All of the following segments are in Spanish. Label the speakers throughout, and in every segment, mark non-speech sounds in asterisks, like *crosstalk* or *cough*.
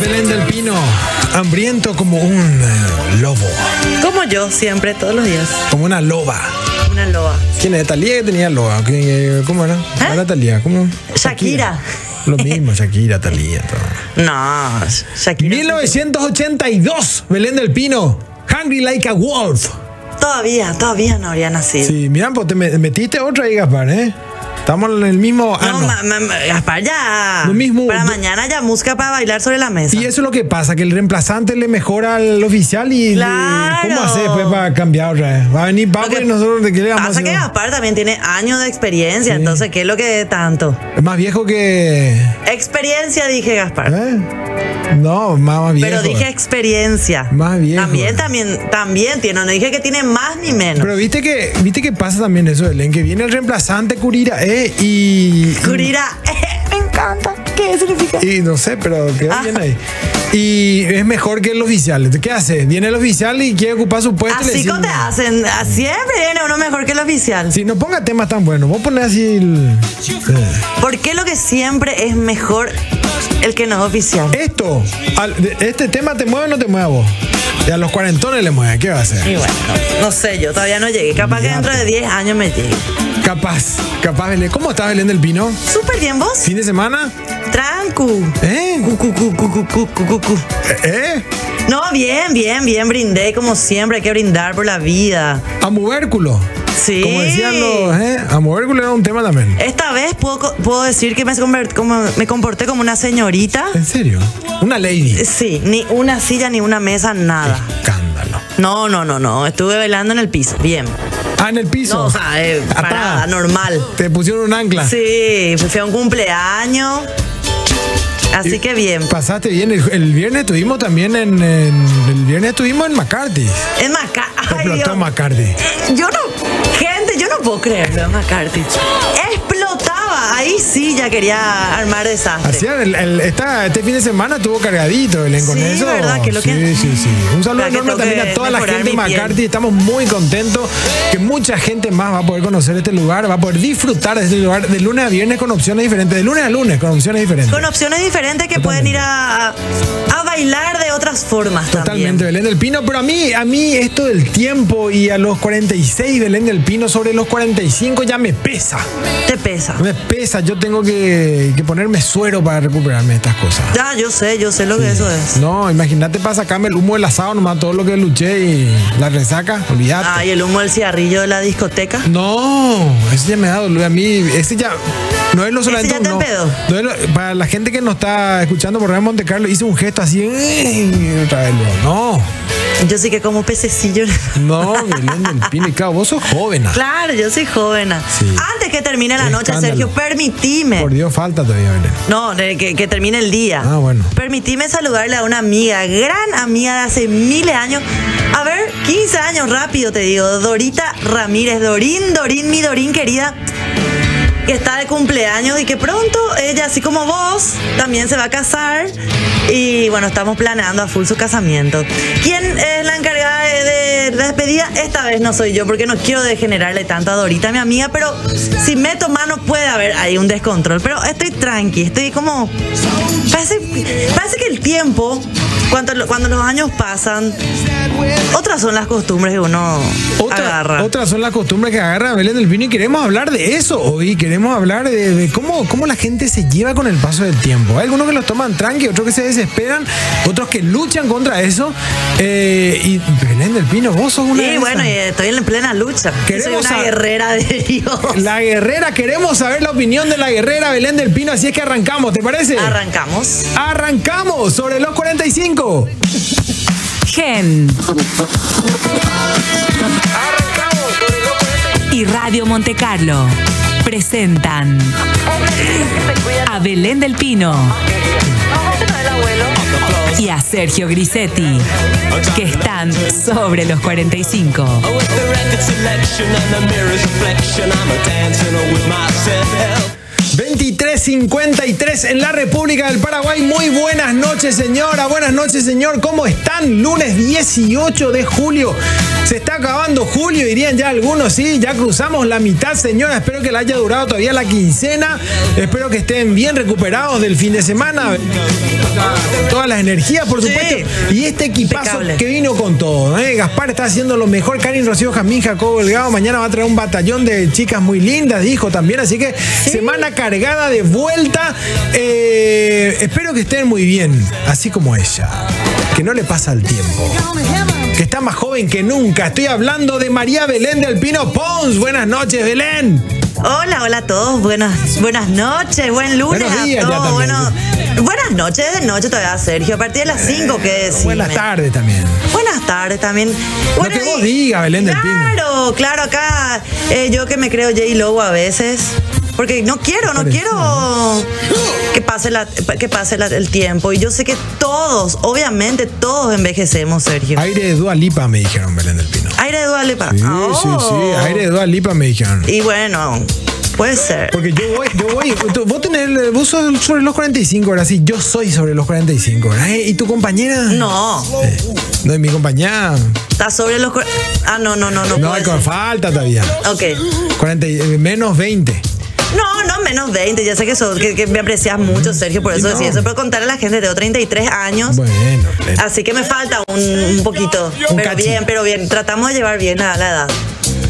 Speaker 1: Belén del Pino, hambriento como un eh, lobo,
Speaker 2: Como yo siempre, todos los días.
Speaker 1: como una loba.
Speaker 2: Una loba.
Speaker 1: ¿Quién es? Talía que tenía loba. ¿Quién, eh, ¿Cómo era? ¿Cuál era Talía? ¿Cómo?
Speaker 2: Shakira.
Speaker 1: Lo mismo, Shakira, Talía. todo.
Speaker 2: No, Shakira.
Speaker 1: 1982, Belén del Pino, Hungry Like a Wolf.
Speaker 2: Todavía, todavía no habría nacido.
Speaker 1: Sí, mirá, pues te me- metiste otra ahí, Gaspar, ¿eh? Estamos en el mismo
Speaker 2: No,
Speaker 1: ano.
Speaker 2: ma- ma- ma- Gaspar, ya.
Speaker 1: Ah, Lo mismo-
Speaker 2: Para mañana ya busca para bailar sobre la mesa.
Speaker 1: Y eso es lo que pasa, que el reemplazante le mejora al oficial y
Speaker 2: Claro.
Speaker 1: ¿cómo hace después para cambiar otra vez? Va a venir Paco
Speaker 2: Lo que
Speaker 1: y nosotros de qué le vamos a
Speaker 2: Pasa
Speaker 1: hacer?
Speaker 2: que Gaspar también tiene años de experiencia, entonces, ¿qué es lo que tanto?
Speaker 1: Es más viejo que...
Speaker 2: Experiencia, dije Gaspar.
Speaker 1: ¿eh? No, más, más viejo.
Speaker 2: Pero dije experiencia.
Speaker 1: Más viejo.
Speaker 2: También, también, también tiene. No dije que tiene más ni menos.
Speaker 1: Pero viste que, viste que pasa también eso, Belén, que viene el reemplazante Curira, ¿eh? Y...
Speaker 2: Curira. Me encanta. ¿Qué significa?
Speaker 1: Y no sé, pero quedó
Speaker 2: Ah.
Speaker 1: bien ahí. Y es mejor que el oficial. ¿Qué hace? Viene el oficial y quiere ocupar su puesto. y le
Speaker 2: Así
Speaker 1: decimos,
Speaker 2: como te hacen. ah, Siempre viene uno mejor que el oficial.
Speaker 1: Si no ponga temas tan buenos, vos ponés así el- eh.
Speaker 2: ¿Por qué lo que siempre es mejor el que no es oficial?
Speaker 1: Esto, al- de- este tema te mueve o no te mueve a vos. Y a los cuarentones le mueve, ¿qué va a hacer?
Speaker 2: Y bueno, no sé, yo todavía no llegué. Capaz que dentro de 10 años me llegue.
Speaker 1: Capaz, capaz Belén. ¿Cómo estás Belén del Pino?
Speaker 2: Súper bien, vos.
Speaker 1: ¿Fin de semana?
Speaker 2: Trancu.
Speaker 1: ¿Eh?
Speaker 2: Cu, cu, cu, cu, cu, cu, cu, cu, cu.
Speaker 1: ¿Eh?
Speaker 2: No, bien, bien, bien. Brindé como siempre. Hay que brindar por la vida.
Speaker 1: A Mubérculo.
Speaker 2: Sí.
Speaker 1: Como decían los, ¿eh? A Mubérculo era un tema también.
Speaker 2: Esta vez puedo, co- puedo decir que me, conver- como- me comporté como una señorita.
Speaker 1: ¿En serio? Una lady. Ah,
Speaker 2: Sí, ni una silla, ni una mesa, nada.
Speaker 1: Escándalo.
Speaker 2: No, no, no, no. Estuve bailando en el piso. Bien.
Speaker 1: Ah, en el piso.
Speaker 2: No, o sea, eh,
Speaker 1: Atada.
Speaker 2: parada, normal.
Speaker 1: Te pusieron un *laughs* ancla.
Speaker 2: Sí, fui a un cumpleaños. Así que bien.
Speaker 1: Pasaste bien. El, el viernes estuvimos también en, en- El viernes estuvimos en McCarthy.
Speaker 2: Es Maca. Ay,
Speaker 1: Explotó
Speaker 2: Dios.
Speaker 1: McCarthy.
Speaker 2: Yo no. Gente, yo no puedo creerlo, McCarthy. Explotaba. Ahí sí ya quería armar desastre.
Speaker 1: Así era, el- el- esta- este fin de semana estuvo cargadito Belén con
Speaker 2: Sí,
Speaker 1: eso.
Speaker 2: ¿verdad? Que lo
Speaker 1: sí,
Speaker 2: que-
Speaker 1: sí, sí. Un saludo
Speaker 2: Para que
Speaker 1: enorme
Speaker 2: tengo
Speaker 1: también a
Speaker 2: que
Speaker 1: toda la
Speaker 2: mejorar
Speaker 1: gente de
Speaker 2: mi piel.
Speaker 1: McCarthy. Estamos muy contentos que mucha gente más va a poder conocer este lugar, va a poder disfrutar de este lugar de lunes a viernes con opciones diferentes, de lunes a lunes con opciones diferentes.
Speaker 2: Con opciones diferentes que pueden ir a, a bailar de otras formas también.
Speaker 1: Totalmente, Belén del Pino, pero a mí, a mí esto del tiempo y a los 46, Belén del Pino, sobre los 45 ya me pesa.
Speaker 2: Te pesa.
Speaker 1: Me pesa, yo tengo que, que ponerme suero para recuperarme de estas cosas.
Speaker 2: Ya, yo sé, yo sé lo que eso es.
Speaker 1: No, imagínate para sacarme el humo del asado nomás todo lo que luché y la resaca, olvídate.
Speaker 2: Ay, el humo del cigarrillo de la discoteca.
Speaker 1: No, ese ya me da dolor a mí, ese ya no es lo solamente
Speaker 2: ya te
Speaker 1: no,
Speaker 2: empedó.
Speaker 1: no es lo- para la gente que nos está escuchando por allá en Monte Carlo hice un gesto así "Ey", otra vez luego. No,
Speaker 2: Yo sí que como pececillo. *laughs*
Speaker 1: no, Belén del Pino y claro, vos sos joven. ah.
Speaker 2: Claro, yo soy joven.
Speaker 1: Sí.
Speaker 2: Antes que termine la
Speaker 1: Qué
Speaker 2: noche,
Speaker 1: escándalo.
Speaker 2: Sergio, permitime.
Speaker 1: Por Dios, falta todavía, Belén.
Speaker 2: No, de que, que termine el día.
Speaker 1: Ah, bueno.
Speaker 2: Permitime saludarle a una amiga, gran amiga de hace miles de años. A ver, 15 años rápido, te digo. Dorita Ramírez, Dorín, Dorín, mi Dorín querida, que está de cumpleaños y que pronto ella, así como vos, también se va a casar. Y bueno, estamos planeando a full su casamiento. ¿Quién es la encargada de, de la despedida? Esta vez no soy yo, porque no quiero degenerarle tanto a Dorita, mi amiga, pero si meto mano puede haber ahí un descontrol. Pero estoy tranqui, estoy como... Parece, parece que el tiempo, cuando, cuando los años pasan, otras son las costumbres que uno
Speaker 1: Otra-
Speaker 2: agarra.
Speaker 1: Otras son las costumbres que agarra Belén del Pino y queremos hablar de eso hoy. Queremos hablar de, de cómo, cómo la gente se lleva con el paso del tiempo. Hay algunos que los toman tranqui, otros que se desesperan, otros que luchan contra eso. Eh, y Belén del Pino, vos sos una. de
Speaker 2: Y
Speaker 1: esas.
Speaker 2: bueno, eh. y estoy en plena lucha. Yo Soy
Speaker 1: Queremos
Speaker 2: una
Speaker 1: sab-
Speaker 2: guerrera de *laughs* Dios.
Speaker 1: La guerrera, queremos saber la opinión de la guerrera Belén del Pino, así es que arrancamos, ¿te parece?
Speaker 2: Arrancamos.
Speaker 1: Arrancamos sobre los 45.
Speaker 3: Gen. Y Radio Monte Carlo presentan a Belén del Pino y a Sergio Grisetti, que están sobre los 45.
Speaker 4: Oh, it's the record selection and the mirror's reflection. I'm a dancing with myself.
Speaker 1: 2353 en la República del Paraguay. Muy buenas noches, señora. Buenas noches, señor. ¿Cómo están? Lunes 18 de julio. Se está acabando julio, dirían ya algunos, sí. Ya cruzamos la mitad, señora. Espero que le haya durado todavía la quincena. Espero que estén bien recuperados del fin de semana. todas las energías, por
Speaker 2: Sí.
Speaker 1: supuesto. Y este equipazo
Speaker 2: Impecable.
Speaker 1: que vino con todo. ¿eh? Gaspar está haciendo lo mejor. Karin Rocío Jamín, Jacobo Delgado. Mañana va a traer un batallón de chicas muy lindas, dijo también. Así que semana cargada de vuelta. Eh, espero que estén muy bien, así como ella. Que no le pasa el tiempo. Que está más joven que nunca. Estoy hablando de María Belén del Pino Pons. Buenas noches, Belén.
Speaker 2: Hola, hola a todos. Buenas, buenas noches, buen lunes
Speaker 1: Buenos días
Speaker 2: a
Speaker 1: ya
Speaker 2: todos.
Speaker 1: también.
Speaker 2: Bueno, buenas noches, de noche todavía, Sergio. A partir de las 5, ¿qué decime?
Speaker 1: Eh, Buenas tardes también.
Speaker 2: Buenas tardes también. Bueno,
Speaker 1: que vos
Speaker 2: y-
Speaker 1: digas, Belén del Pino.
Speaker 2: Claro, claro, acá eh, yo que me creo J. Lobo a veces. Porque no quiero, no
Speaker 1: Parecido,
Speaker 2: quiero que pase, la, que pase la- el tiempo. Y yo sé que todos, obviamente todos envejecemos, Sergio.
Speaker 1: Aire de Dua Lipa me dijeron, Belén del Pino.
Speaker 2: Aire de Dua Lipa.
Speaker 1: Sí, sí,
Speaker 2: Oh.
Speaker 1: sí. Aire de Dua Lipa me dijeron.
Speaker 2: Y bueno, puede ser.
Speaker 1: Porque yo voy, yo voy, tú- vos tenés, vos sos sobre los 45, ahora sí, yo soy sobre los 45, ¿verdad? ¿Eh? ¿Y tu compañera? Eh,
Speaker 2: No,
Speaker 1: No, y mi compañera.
Speaker 2: está sobre los. cua- Ah, no, no, no, no.
Speaker 1: No,
Speaker 2: puede
Speaker 1: hay con
Speaker 2: ser.
Speaker 1: falta todavía.
Speaker 2: Ok.
Speaker 1: 40, y- eh, menos 20.
Speaker 2: No, no, menos 20. Ya sé que, eso- que, que me aprecias mucho, Sergio, por eso decía eso. Pero contarle a la gente, tengo 33 años.
Speaker 1: Bueno, Belén.
Speaker 2: Así que me falta un, un poquito.
Speaker 1: Un
Speaker 2: pero
Speaker 1: cachi.
Speaker 2: bien, pero bien. Tratamos de llevar bien la, la edad.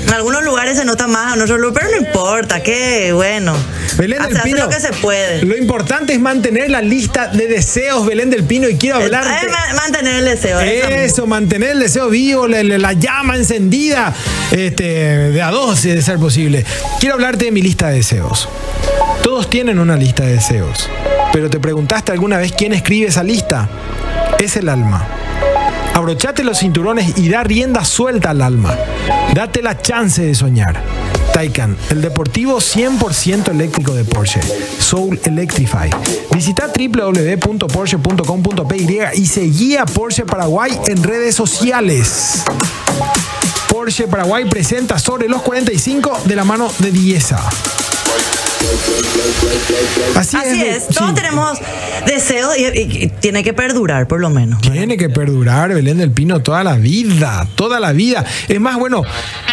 Speaker 2: En algunos lugares se nota más, en otros lugares, pero no importa, que bueno.
Speaker 1: Belén del
Speaker 2: hace, hace
Speaker 1: Pino.
Speaker 2: lo que se puede.
Speaker 1: Lo importante es mantener la lista de deseos, Belén del Pino, y quiero hablar.
Speaker 2: Eh, ma- mantener el deseo. eso.
Speaker 1: Eso, mantener el deseo vivo, la, la- la llama encendida, este, de a dos, de ser posible. Quiero hablarte de mi lista de deseos. Todos tienen una lista de deseos, pero te preguntaste alguna vez quién escribe esa lista. Es el alma. Abrochate los cinturones y da rienda suelta al alma. Date la chance de soñar. Taycan, el deportivo 100% eléctrico de Porsche. Soul Electrify. Visita www.porsche.com.py y seguí a Porsche Paraguay en redes sociales. Porsche Paraguay presenta sobre los 45 de la mano de Dieza. Así,
Speaker 2: Así es, todos
Speaker 1: sí.
Speaker 2: tenemos deseos y, y- y tiene que perdurar por lo menos.
Speaker 1: Tiene que perdurar Belén del Pino toda la vida, toda la vida. Es más, bueno,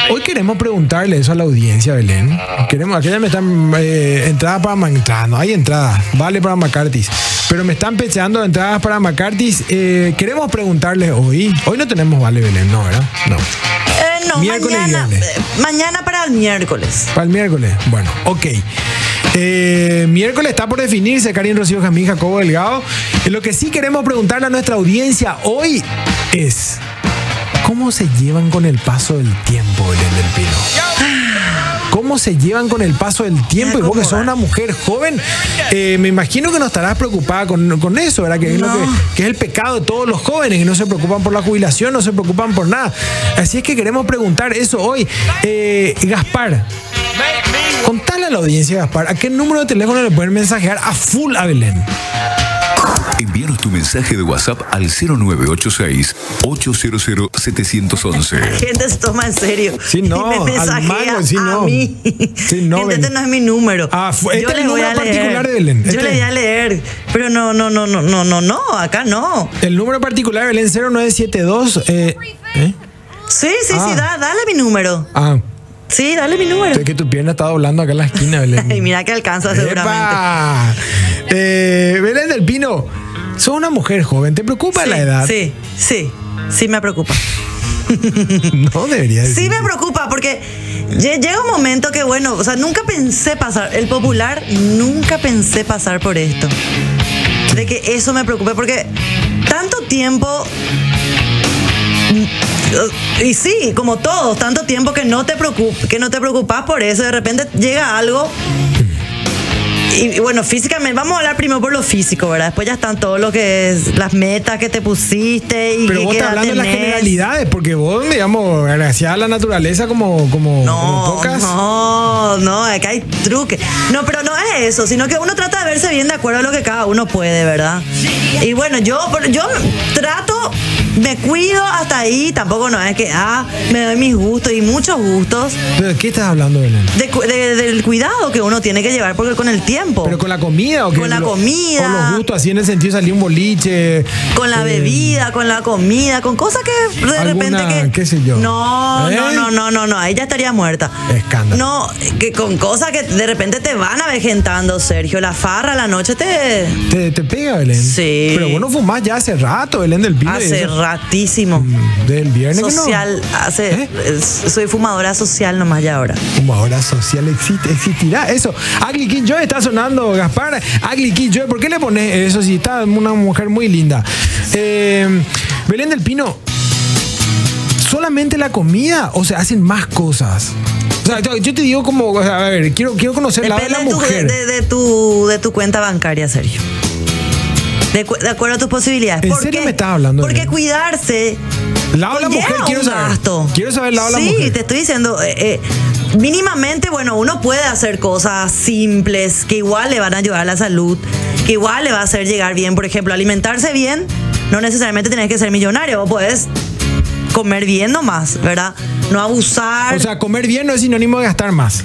Speaker 1: hoy queremos preguntarle eso a la audiencia, Belén. Queremos, aquella me están eh, entrada para Man- entrada, no hay entrada, vale para McCarthy's. Pero me están pecheando entradas para McCarthy's. Eh, queremos preguntarles hoy. Hoy no tenemos vale Belén, no, ¿verdad? No.
Speaker 2: Eh, no,
Speaker 1: Miércoles y
Speaker 2: mañana,
Speaker 1: viernes.
Speaker 2: eh, mañana para el miércoles.
Speaker 1: Para el miércoles. Bueno, ok. Eh, miércoles está por definirse, Karin Rocío Jamín, Jacobo Delgado. Eh, Lo que sí queremos preguntarle a nuestra audiencia hoy es: ¿Cómo se llevan con el paso del tiempo, Belén del Pino? ¿Cómo se llevan con el paso del tiempo? Y vos que
Speaker 2: ¿Cómo
Speaker 1: sos
Speaker 2: va?
Speaker 1: una mujer joven, eh, me imagino que no estarás preocupada con, con eso, ¿verdad? Que es, lo
Speaker 2: No.
Speaker 1: que, que es el pecado de todos los jóvenes, que no se preocupan por la jubilación, no se preocupan por nada. Así es que queremos preguntar eso hoy. Eh, Gaspar, Contale a la audiencia, Gaspar, ¿a qué número de teléfono le pueden mensajear a full a Belén?
Speaker 5: Envíanos tu mensaje de WhatsApp al 0986-800-711.
Speaker 2: gente se toma en serio.
Speaker 1: Sí, no,
Speaker 2: Y *laughs* me
Speaker 1: al
Speaker 2: mensajea
Speaker 1: mango, sí, no.
Speaker 2: A mí.
Speaker 1: Sí, no,
Speaker 2: Gente, este
Speaker 1: Belén.
Speaker 2: no es mi número.
Speaker 1: Ah, fu- este
Speaker 2: Yo
Speaker 1: es el
Speaker 2: le voy
Speaker 1: número
Speaker 2: a leer.
Speaker 1: particular de Belén.
Speaker 2: Yo
Speaker 1: Este-
Speaker 2: le voy a leer. Pero no, no, no, no, no, no, no, acá no.
Speaker 1: El número particular de Belén 0972. eh, ¿eh?
Speaker 2: Sí, sí,
Speaker 1: Ah.
Speaker 2: sí, da, dale mi número.
Speaker 1: Ah,
Speaker 2: Sí, dale mi número.
Speaker 1: sé que tu pierna está doblando acá en la esquina,
Speaker 2: *laughs*
Speaker 1: Belén.
Speaker 2: Y mira que alcanza seguramente.
Speaker 1: ¡Epa! Eh, Belén del Pino, sos una mujer joven, ¿te preocupa
Speaker 2: Sí,
Speaker 1: la edad?
Speaker 2: sí, sí, sí me preocupa.
Speaker 1: *laughs* No debería decir.
Speaker 2: Sí me preocupa porque lle- llega un momento que, bueno, o sea, nunca pensé pasar, el popular, nunca pensé pasar por esto. De que eso me preocupe porque tanto tiempo... mm, Y sí, como todos, tanto tiempo que no te preocup- que no te preocupas por eso, de repente llega algo y y bueno, físicamente, vamos a hablar primero por lo físico, ¿verdad? Después ya están todos lo que es las metas que te pusiste y
Speaker 1: Pero
Speaker 2: que
Speaker 1: vos estás hablando de las generalidades, porque vos, digamos, gracias a la naturaleza como, como, como
Speaker 2: No,
Speaker 1: pocas.
Speaker 2: no, no, acá hay truque. No, pero no es eso, sino que uno trata de verse bien de acuerdo a lo que cada uno puede, ¿verdad? Y bueno, yo, yo trato me cuido hasta ahí, tampoco no es que, ah, me doy mis gustos y muchos gustos
Speaker 1: ¿Pero de qué estás hablando, Belén?
Speaker 2: de cu- de- del cuidado que uno tiene que llevar porque con el tiempo.
Speaker 1: ¿Pero con la comida o qué?
Speaker 2: Con la
Speaker 1: Lo-
Speaker 2: comida.
Speaker 1: Con los gustos, así en el sentido de salir un boliche.
Speaker 2: Con la
Speaker 1: eh,
Speaker 2: bebida, con la comida, con cosas que de
Speaker 1: Alguna,
Speaker 2: repente que.
Speaker 1: qué sé yo.
Speaker 2: No,
Speaker 1: ¿Eh?
Speaker 2: no, no, no, no, no. Ahí ya estaría muerta.
Speaker 1: Escándalo.
Speaker 2: No, que con cosas que de repente te van avejentando, Sergio. La farra, la noche te.
Speaker 1: Te, te pega, Belén.
Speaker 2: Sí.
Speaker 1: Pero vos no fumás ya hace rato, Belén del Pino. y
Speaker 2: Hace
Speaker 1: eso.
Speaker 2: ratísimo.
Speaker 1: Del viernes que no.
Speaker 2: Social, hace.
Speaker 1: ¿Eh?
Speaker 2: eh, Soy fumadora social nomás ya ahora.
Speaker 1: Como ahora social existe, existirá eso. Ugly Kid Joy está sonando, Gaspar. Ugly Kid Joy, ¿por qué le pones eso si está una mujer muy linda? Eh, Belén del Pino, ¿solamente la comida o se hacen más cosas? O sea, yo- yo te digo como, o sea, a ver, quiero, quiero conocer la de
Speaker 2: Depende
Speaker 1: la
Speaker 2: de tu,
Speaker 1: mujer.
Speaker 2: de, de tu, de tu cuenta bancaria, Sergio. De, cu- de acuerdo a tus posibilidades.
Speaker 1: ¿En
Speaker 2: ¿Por
Speaker 1: serio
Speaker 2: qué?
Speaker 1: me estás hablando de
Speaker 2: Porque
Speaker 1: mí?
Speaker 2: cuidarse.
Speaker 1: Lado de la
Speaker 2: conlleva
Speaker 1: mujer,
Speaker 2: un
Speaker 1: quiero saber.
Speaker 2: gasto.
Speaker 1: Quiero saber lado de la mujer.
Speaker 2: Sí, te estoy diciendo. eh, eh, mínimamente, bueno, uno puede hacer cosas simples que igual le van a ayudar a la salud, que igual le va a hacer llegar bien. Por ejemplo, alimentarse bien, no necesariamente tenés que ser millonario. Vos podés comer bien nomás, ¿verdad? No abusar.
Speaker 1: O sea, comer bien no es sinónimo de gastar más.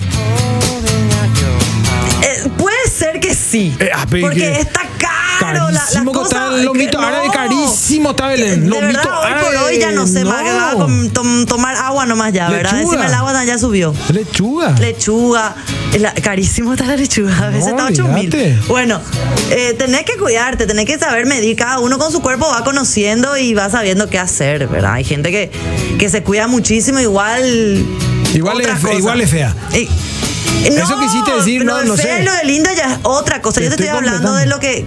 Speaker 2: Eh, puede ser que sí.
Speaker 1: Eh, ah, pero
Speaker 2: porque
Speaker 1: que-
Speaker 2: está caro. la-
Speaker 1: Carísimo
Speaker 2: las
Speaker 1: que está
Speaker 2: cosas-
Speaker 1: el lomito
Speaker 2: que-
Speaker 1: árabe,
Speaker 2: no.
Speaker 1: carísimo está Belén,
Speaker 2: De
Speaker 1: lomito
Speaker 2: verdad, hoy por
Speaker 1: árabe,
Speaker 2: hoy ya no sé más que va a
Speaker 1: no.
Speaker 2: com- tom- tomar agua nomás ya, ¿verdad?
Speaker 1: Lechuga.
Speaker 2: Encima el agua ya subió.
Speaker 1: Lechuga.
Speaker 2: Lechuga. la- carísimo está la lechuga. A veces
Speaker 1: No,
Speaker 2: está 8
Speaker 1: olvídate.
Speaker 2: mil. Bueno, eh, tenés que cuidarte, tenés que saber medir. Cada uno con su cuerpo va conociendo y va sabiendo qué hacer, ¿verdad? Hay gente que, que se cuida muchísimo, igual.
Speaker 1: Igual
Speaker 2: otras
Speaker 1: es-
Speaker 2: cosas.
Speaker 1: igual es fea.
Speaker 2: Y-
Speaker 1: Eso quisiste decir,
Speaker 2: lo
Speaker 1: no,
Speaker 2: de
Speaker 1: no
Speaker 2: fea
Speaker 1: sé.
Speaker 2: y Lo de linda ya es otra cosa.
Speaker 1: Te
Speaker 2: Yo te
Speaker 1: estoy
Speaker 2: estoy hablando de
Speaker 1: completando.
Speaker 2: lo que.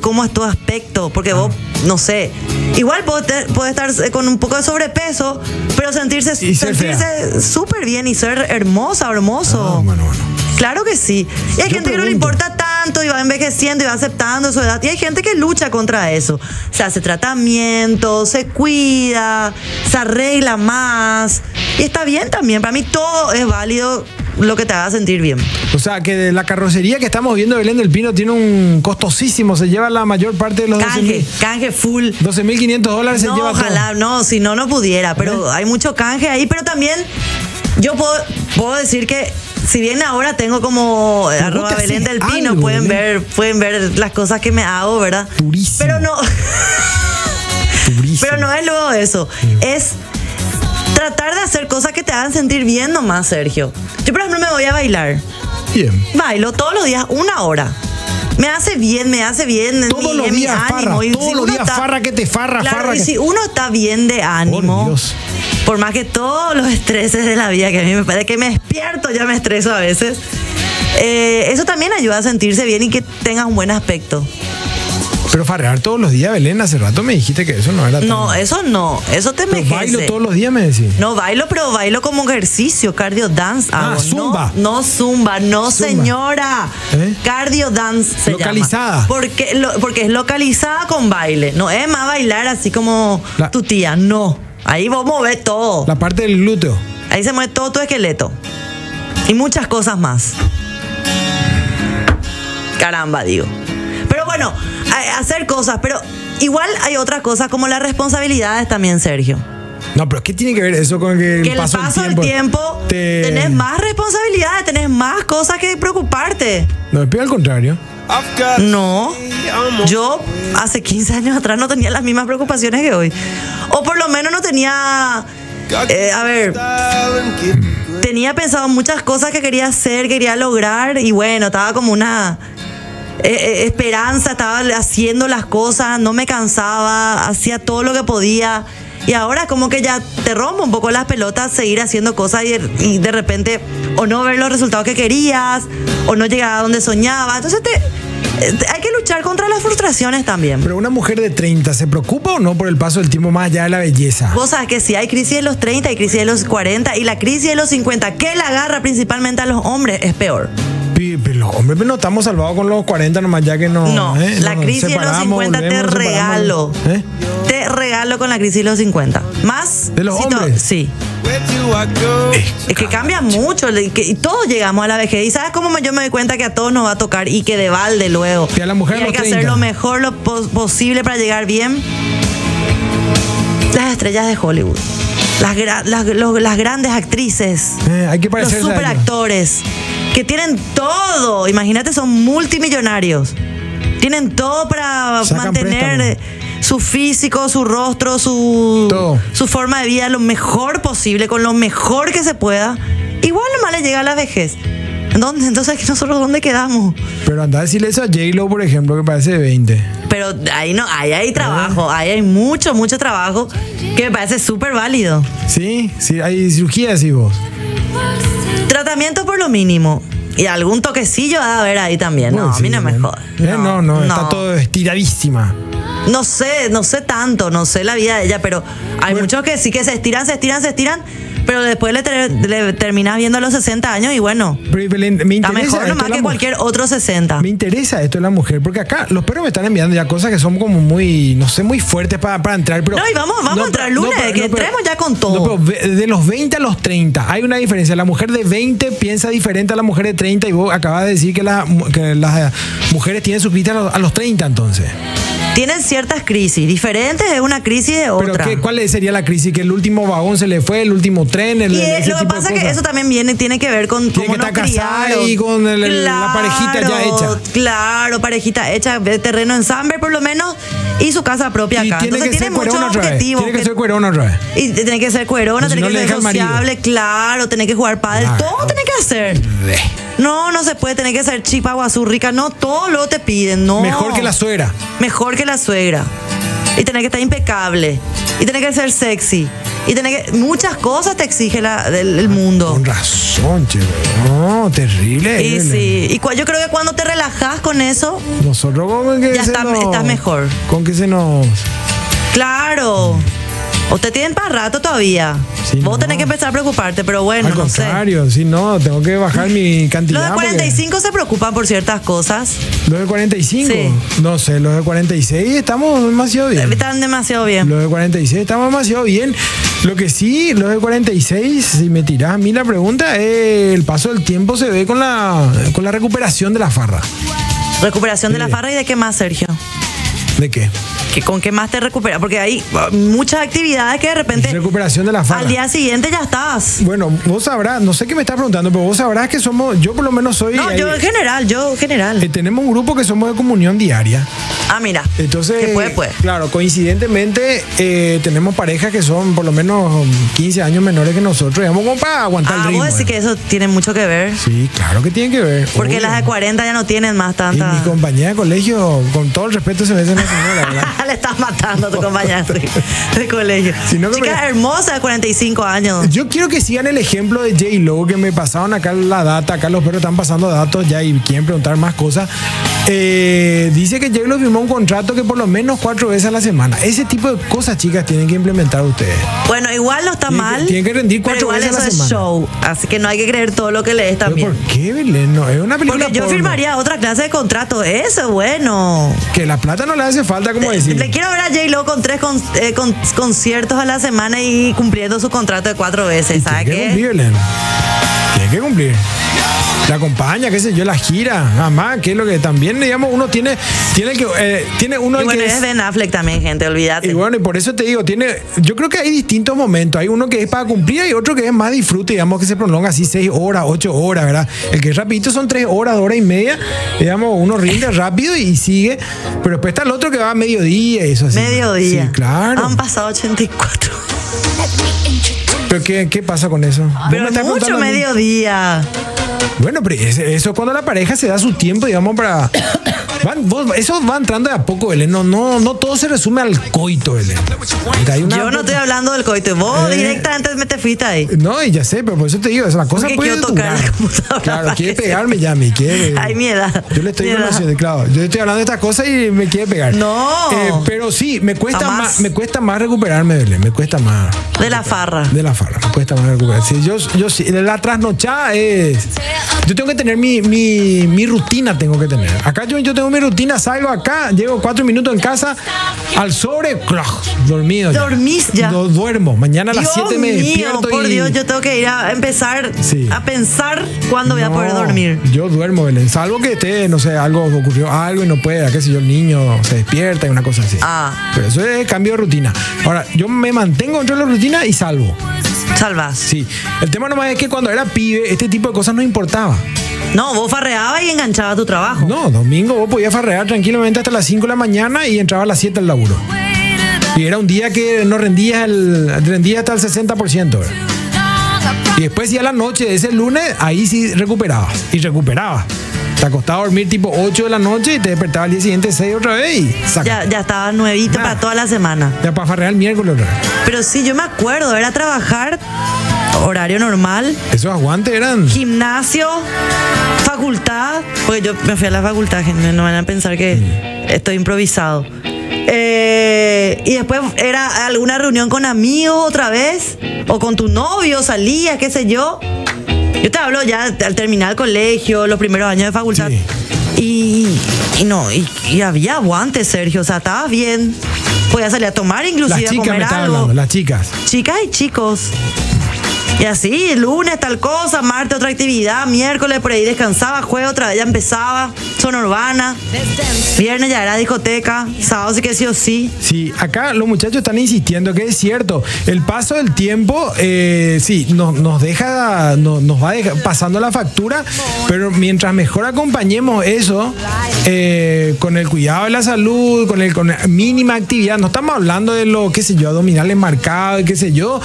Speaker 2: cómo es tu aspecto. Porque vos, no sé. Igual puede estar con un poco de sobrepeso, pero sentirse
Speaker 1: Y ser fea.
Speaker 2: sentirse súper bien y ser hermosa, hermoso.
Speaker 1: Ah, bueno, bueno.
Speaker 2: Claro que sí. Y hay
Speaker 1: Yo
Speaker 2: gente que no le
Speaker 1: pregunto.
Speaker 2: importa tanto y va envejeciendo y va aceptando su edad. Y hay gente que lucha contra eso. Se hace tratamiento, se cuida, se arregla más. Y está bien también. Para mí todo es válido lo que te haga sentir bien.
Speaker 1: O sea, que de la carrocería que estamos viendo Belén del Pino tiene un costosísimo, se lleva la mayor parte de los
Speaker 2: Canje,
Speaker 1: 12.000
Speaker 2: canje full.
Speaker 1: 12.500 dólares se
Speaker 2: No,
Speaker 1: lleva todo.
Speaker 2: ojalá, no, si no, no pudiera. Pero hay mucho canje ahí. Pero también yo puedo, puedo decir que, si bien ahora tengo como eh,
Speaker 1: Pero vos
Speaker 2: arroba
Speaker 1: te haces
Speaker 2: Belén del Pino,
Speaker 1: algo,
Speaker 2: pueden
Speaker 1: Belén.
Speaker 2: ver, pueden ver las cosas que me hago, ¿verdad?
Speaker 1: Durísimo.
Speaker 2: Pero no, *laughs*
Speaker 1: Durísimo.
Speaker 2: pero no es luego eso. Es tratar de hacer cosas que te hagan sentir bien nomás, Sergio. Yo, por ejemplo, me voy a bailar.
Speaker 1: Bien.
Speaker 2: Bailo todos los días una hora. Me hace bien, me hace bien. en
Speaker 1: Todos
Speaker 2: mi-
Speaker 1: los
Speaker 2: en mi
Speaker 1: días
Speaker 2: ánimo.
Speaker 1: farra,
Speaker 2: Y
Speaker 1: todos los
Speaker 2: uno
Speaker 1: días farra que te farra,
Speaker 2: Claro,
Speaker 1: farra
Speaker 2: Y
Speaker 1: que-
Speaker 2: si uno está bien de ánimo,
Speaker 1: Por Dios.
Speaker 2: por más que todos los estreses de la vida, que a mí me parece que me despierto, ya me estreso a veces, eh, eso también ayuda a sentirse bien y que tengas un buen aspecto.
Speaker 1: Pero farrear todos los días, Belén, hace rato me dijiste que eso no era tan-
Speaker 2: No, eso no, eso te
Speaker 1: Pero
Speaker 2: envejece.
Speaker 1: bailo todos los días, me decís.
Speaker 2: No bailo, pero bailo como ejercicio, cardio dance.
Speaker 1: Ah,
Speaker 2: hago.
Speaker 1: zumba.
Speaker 2: No, no zumba, no
Speaker 1: Zumba.
Speaker 2: señora.
Speaker 1: ¿Eh?
Speaker 2: Cardio dance se
Speaker 1: Localizada.
Speaker 2: llama. Porque, lo- porque es localizada con baile. No es más bailar así como
Speaker 1: La-
Speaker 2: tu tía, no. Ahí vos movés todo.
Speaker 1: La parte del glúteo.
Speaker 2: Ahí se mueve todo tu esqueleto. Y muchas cosas más. Caramba, digo. Pero bueno, a- hacer cosas, pero igual hay otras cosas como las responsabilidades también, Sergio.
Speaker 1: No, pero ¿qué tiene que ver eso con que,
Speaker 2: Que el paso, del tiempo,
Speaker 1: te-
Speaker 2: tenés más responsabilidades, tenés más cosas que preocuparte.
Speaker 1: No, me pido al contrario.
Speaker 4: I've got
Speaker 2: No. Mm. Yo hace 15 años atrás no tenía las mismas preocupaciones que hoy. O por lo menos no tenía. eh, a ver, tenía pensado muchas cosas que quería hacer, quería lograr y bueno, estaba como una eh, eh, esperanza, estaba haciendo las cosas, no me cansaba, hacía todo lo que podía. Y ahora como que ya te rompo un poco las pelotas seguir haciendo cosas y, y de repente o no ver los resultados que querías o no llegar a donde soñaba. Entonces te, eh, te- hay que luchar contra las frustraciones también.
Speaker 1: Pero una mujer de 30, ¿se preocupa o no por el paso del tiempo más allá de la belleza?
Speaker 2: Vos sabés que si hay crisis de los 30, hay crisis de los 40 y la crisis de los 50, que la agarra principalmente a los hombres, es peor.
Speaker 1: Pi- Pero los hombres pero no estamos salvados con los 40 nomás ya que no.
Speaker 2: No,
Speaker 1: ¿eh?
Speaker 2: la
Speaker 1: No,
Speaker 2: crisis de los
Speaker 1: separamos,
Speaker 2: 50 te
Speaker 1: volvemos,
Speaker 2: regalo.
Speaker 1: separamos. ¿Eh?
Speaker 2: Te regalo con la crisis de los 50. Más.
Speaker 1: ¿De los
Speaker 2: si to-
Speaker 1: hombres?
Speaker 2: Sí.
Speaker 4: Where do I go?
Speaker 2: Es que cambia mucho. le- que- y todos llegamos a la vejez. ¿Y sabes cómo me- yo me doy cuenta que a todos nos va a tocar y que de balde luego?
Speaker 1: Y a la mujer a
Speaker 2: hay
Speaker 1: los
Speaker 2: que hacer
Speaker 1: 30.
Speaker 2: lo mejor lo pos- posible para llegar bien. las estrellas de Hollywood, las, gra- las, los- las grandes actrices,
Speaker 1: Eh, hay que
Speaker 2: los
Speaker 1: parecerse a ellos.
Speaker 2: superactores, que tienen todo. Imagínate, son multimillonarios. Tienen todo para
Speaker 1: Sacan
Speaker 2: mantener
Speaker 1: préstamo.
Speaker 2: su físico, su rostro, su,
Speaker 1: Todo.
Speaker 2: su forma de vida lo mejor posible, con lo mejor que se pueda. Igual nomás le llega a la vejez. ¿Dónde? Entonces, ¿nosotros dónde quedamos?
Speaker 1: Pero anda a decirle eso a J-Lo, por ejemplo, que parece de 20.
Speaker 2: Pero ahí no, ahí hay trabajo,
Speaker 1: Ah.
Speaker 2: ahí hay mucho, mucho trabajo que me parece súper válido.
Speaker 1: ¿Sí? sí hay cirugía, decís vos.
Speaker 2: Tratamiento por lo mínimo. Y algún toquecillo ha de haber ahí también. No,
Speaker 1: Uy,
Speaker 2: a mí
Speaker 1: sí,
Speaker 2: no me
Speaker 1: man.
Speaker 2: joda.
Speaker 1: Eh, no, no, está todo estiradísima.
Speaker 2: No sé, no sé tanto, no sé la vida de ella, pero hay muchos que sí que se estiran, se estiran, se estiran, pero después le, ter- le terminas viendo a los 60 años y bueno,
Speaker 1: Pero Belén, me
Speaker 2: está
Speaker 1: interesa
Speaker 2: mejor
Speaker 1: esto
Speaker 2: nomás
Speaker 1: de la mujer.
Speaker 2: que cualquier otro 60.
Speaker 1: Me interesa esto de la mujer, porque acá los perros me están enviando ya cosas que son como muy, no sé, muy fuertes para, para entrar. Pero,
Speaker 2: No, y vamos- vamos a entrar
Speaker 1: pero-
Speaker 2: lunes,
Speaker 1: pero-
Speaker 2: que
Speaker 1: pero-
Speaker 2: entremos ya con todo.
Speaker 1: No, pero ve- de los 20 a los 30, hay una diferencia. La mujer de 20 piensa diferente a la mujer de 30 y vos acabas de decir que, la mu- que las mujeres tienen su crítica a los, a los 30 entonces.
Speaker 2: Tienen ciertas crisis, diferentes es una crisis de otra.
Speaker 1: Pero ¿qué, ¿cuál sería la crisis? Que el último vagón se le fue, el último tren, el,
Speaker 2: Y eh,
Speaker 1: ese
Speaker 2: lo que
Speaker 1: tipo de
Speaker 2: pasa es que
Speaker 1: cosas.
Speaker 2: eso también viene, tiene que ver con
Speaker 1: Tiene
Speaker 2: cómo
Speaker 1: que
Speaker 2: nos
Speaker 1: estar casada
Speaker 2: criaron.
Speaker 1: y con el- el- la parejita ya
Speaker 2: Claro,
Speaker 1: hecha.
Speaker 2: Claro, parejita hecha, de terreno en Samber por lo menos y su casa propia
Speaker 1: Y
Speaker 2: acá.
Speaker 1: tiene que
Speaker 2: Entonces
Speaker 1: ser
Speaker 2: tiene muchos
Speaker 1: cuerona otra vez.
Speaker 2: objetivos.
Speaker 1: Tiene que
Speaker 2: que-
Speaker 1: ser cuerona otra vez.
Speaker 2: y tiene que ser cuerona,
Speaker 1: Porque si no
Speaker 2: tiene
Speaker 1: le
Speaker 2: que ser
Speaker 1: deja el marido.
Speaker 2: sociable, claro, tiene que jugar padre,
Speaker 1: Claro.
Speaker 2: todo tiene que hacer. No, no se puede, tiene que ser chipa, guazú, rica, no, todo lo te piden, no.
Speaker 1: Mejor que la suegra.
Speaker 2: Mejor que la suegra. Y tener que estar impecable. Y tener que ser sexy. Y tener que. Muchas cosas te exige la- el, el mundo.
Speaker 1: Con razón, che. No, terrible.
Speaker 2: Y
Speaker 1: Belén.
Speaker 2: sí. Y cua- yo creo que cuando te relajas con eso,
Speaker 1: Nosotros con que
Speaker 2: Ya
Speaker 1: se
Speaker 2: está-
Speaker 1: nos-
Speaker 2: estás mejor.
Speaker 1: Con que se nos...
Speaker 2: claro. O te tienen para rato todavía.
Speaker 1: Sí,
Speaker 2: Vos
Speaker 1: no.
Speaker 2: tenés que empezar a preocuparte, pero bueno,
Speaker 1: al
Speaker 2: no sé.
Speaker 1: contrario, sí, no, tengo que bajar
Speaker 2: *laughs*
Speaker 1: mi cantidad.
Speaker 2: Los de
Speaker 1: porque-
Speaker 2: 45 se preocupan por ciertas cosas.
Speaker 1: Los de 45.
Speaker 2: Sí.
Speaker 1: No sé, los de 46 estamos demasiado bien.
Speaker 2: Están demasiado bien.
Speaker 1: Los de 46 estamos demasiado bien. Lo que sí, los de 46, si me tirás a mí la pregunta, es el paso del tiempo se ve con la, con la recuperación de la farra.
Speaker 2: Recuperación de la
Speaker 1: Sí.
Speaker 2: farra y de qué más, Sergio.
Speaker 1: ¿De qué?
Speaker 2: ¿Qué- ¿Con qué más te recuperas? Porque hay ah, muchas actividades que de repente
Speaker 1: Recuperación de la farra.
Speaker 2: al día siguiente ya estás.
Speaker 1: Bueno, vos sabrás, no sé qué me estás preguntando, pero vos sabrás que somos, yo por lo menos soy...
Speaker 2: No,
Speaker 1: ahí-
Speaker 2: yo en general, yo en
Speaker 1: Eh,
Speaker 2: general.
Speaker 1: tenemos un grupo que somos de comunión diaria.
Speaker 2: Ah, mira.
Speaker 1: Entonces,
Speaker 2: Que puede, pues. puede.
Speaker 1: claro, coincidentemente eh, tenemos parejas que son por lo menos 15 años menores que nosotros, digamos, como para aguantar
Speaker 2: Ah,
Speaker 1: el ritmo.
Speaker 2: vos decís
Speaker 1: eh.
Speaker 2: que eso tiene mucho que ver.
Speaker 1: Sí, claro que tienen que ver.
Speaker 2: Porque
Speaker 1: Obvio.
Speaker 2: las de 40 ya no tienen más
Speaker 1: Y mi
Speaker 2: tanta.
Speaker 1: compañera de colegio, con todo el respeto, se me hace una señora, ¿verdad?
Speaker 2: *laughs* Le estás matando a tu
Speaker 1: *laughs*
Speaker 2: compañera de, de colegio.
Speaker 1: Si no que
Speaker 2: Chica
Speaker 1: me-
Speaker 2: hermosa de 45 años.
Speaker 1: Yo quiero que sigan el ejemplo de J-Lo, que me pasaron acá la data, acá los perros están pasando datos ya y quieren preguntar más cosas. Eh, dice que J-Lo firmó un contrato que por lo menos cuatro veces a la semana. Ese tipo de cosas, chicas, tienen que implementar ustedes.
Speaker 2: Bueno, igual no está
Speaker 1: Tiene que-
Speaker 2: mal.
Speaker 1: tiene que rendir
Speaker 2: pero
Speaker 1: cuatro
Speaker 2: igual
Speaker 1: veces a
Speaker 2: eso
Speaker 1: la
Speaker 2: es
Speaker 1: semana.
Speaker 2: show. Así que no hay que creer todo lo que lees
Speaker 1: ¿Pero
Speaker 2: también.
Speaker 1: ¿Por qué, Belén? No, es una película
Speaker 2: Porque yo
Speaker 1: porno.
Speaker 2: firmaría otra clase de contrato. Eso es bueno.
Speaker 1: Que la plata no le hace falta, como decir.
Speaker 2: Eh, Le quiero ver a J-Lo con tres con- eh, con- conciertos a la semana y cumpliendo su contrato de cuatro veces.
Speaker 1: Tiene
Speaker 2: ¿Sabes
Speaker 1: que
Speaker 2: qué?
Speaker 1: cumplir, Belén. Tiene que cumplir. La acompaña, qué sé yo, la gira. Jamás, que es lo que también, digamos, uno tiene, tiene que, eh, tiene uno
Speaker 2: Y
Speaker 1: el
Speaker 2: bueno,
Speaker 1: que
Speaker 2: es
Speaker 1: es-
Speaker 2: Ben Affleck también, gente, olvídate.
Speaker 1: Y bueno, y por eso te digo, tiene, yo creo que hay distintos momentos. Hay uno que es para cumplir y otro que es más disfrute, digamos, que se prolonga así seis horas, ocho horas, ¿verdad? El que es rapidito son tres horas, hora y media. Digamos, uno rinde rápido y sigue. Pero después está el otro que va a mediodía y eso así.
Speaker 2: Mediodía.
Speaker 1: Sí, claro.
Speaker 2: Han
Speaker 1: *laughs*
Speaker 2: pasado 84.
Speaker 1: Pero ¿qué, qué pasa con eso? Vos me
Speaker 2: Pero
Speaker 1: estás
Speaker 2: mucho
Speaker 1: contando a mí.
Speaker 2: mediodía.
Speaker 1: Bueno, pero ese- eso es cuando la pareja se da su tiempo, digamos, para... *coughs* Van- vos- eso va entrando de a poco, Belén. No, no, no todo se resume al coito, Belén. Hay una-
Speaker 2: Yo no estoy hablando del coito. Vos
Speaker 1: Eh.
Speaker 2: directamente me te fuiste ahí.
Speaker 1: No, y ya sé, pero por eso te digo, es la cosa
Speaker 2: Porque
Speaker 1: puede
Speaker 2: quiero tocar
Speaker 1: durar.
Speaker 2: la computadora
Speaker 1: Claro,
Speaker 2: *laughs* para
Speaker 1: quiere
Speaker 2: que se-
Speaker 1: pegarme ya, me quiere.
Speaker 2: Ay, mi edad,
Speaker 1: Yo le estoy
Speaker 2: mi edad.
Speaker 1: conociendo, claro. Yo estoy hablando de estas cosas y me quiere pegar.
Speaker 2: No.
Speaker 1: Eh, pero sí, me cuesta
Speaker 2: Jamás.
Speaker 1: más, me cuesta más recuperarme, Belén. Me cuesta más
Speaker 2: De la farra.
Speaker 1: de la farra. Me cuesta más recuperarme. Sí, yo, yo sí, la trasnochada es Yo tengo que tener mi, mi, mi rutina, tengo que tener. Acá yo, yo tengo mi rutina, salgo acá, llevo cuatro minutos en casa, al sobre, cloj, dormido.
Speaker 2: Dormís ya.
Speaker 1: Du- duermo. Mañana a las
Speaker 2: Dios
Speaker 1: 7 me
Speaker 2: mío,
Speaker 1: despierto
Speaker 2: por
Speaker 1: y...
Speaker 2: Dios, yo tengo que ir a empezar
Speaker 1: Sí.
Speaker 2: a pensar cuándo voy a poder
Speaker 1: No,
Speaker 2: dormir.
Speaker 1: Yo duermo, Belén. Salvo que esté, no sé, algo ocurrió algo y no pueda, qué sé yo, el niño se despierta y una cosa así.
Speaker 2: Ah.
Speaker 1: Pero eso es cambio de rutina. Ahora, yo me mantengo dentro de la rutina y salvo.
Speaker 2: Salvas.
Speaker 1: Sí. El tema nomás es que cuando era pibe, este tipo de cosas no importaba.
Speaker 2: No, vos farreabas y enganchabas tu trabajo.
Speaker 1: No, domingo vos podías farrear tranquilamente hasta las 5 de la mañana y entraba a las 7 al laburo. Y era un día que no rendías el, rendías hasta el 60%. ¿verdad? Y después ya la noche de ese lunes, ahí sí recuperabas. Y recuperabas. Te acostaba a dormir tipo 8 de la noche y te despertaba al día siguiente 6 otra vez y saca.
Speaker 2: Ya, ya estaba nuevito
Speaker 1: Ah.
Speaker 2: para toda la semana.
Speaker 1: Ya para farrear el miércoles otra vez.
Speaker 2: Pero sí, yo me acuerdo, era trabajar horario normal,
Speaker 1: Esos aguantes eran...
Speaker 2: gimnasio, facultad. Porque yo me fui a la facultad, gente, no van a pensar que estoy improvisado. Eh, y después era alguna reunión con amigos otra vez, o con tu novio, salías, qué sé yo. Yo te hablo ya al terminar el colegio, los primeros años de facultad.
Speaker 1: Sí.
Speaker 2: Y, y no, y, y había aguantes, Sergio, o sea, estabas bien. Podías salir a tomar
Speaker 1: Las
Speaker 2: inclusive, a
Speaker 1: chicas me
Speaker 2: comer
Speaker 1: estaban
Speaker 2: algo
Speaker 1: hablando, las chicas.
Speaker 2: chicas y chicos. Y así, lunes tal cosa, martes otra actividad, miércoles por ahí descansaba, jueves otra vez ya empezaba, zona urbana, viernes ya era discoteca, sábado sí que sí o sí.
Speaker 1: Sí, acá los muchachos están insistiendo que es cierto. El paso del tiempo, eh, sí, nos, nos deja, no- nos va deja- pasando la factura, pero mientras mejor acompañemos eso, eh, con el cuidado de la salud, con el con la mínima actividad, no estamos hablando de lo, qué sé yo, abdominales marcados, qué sé yo,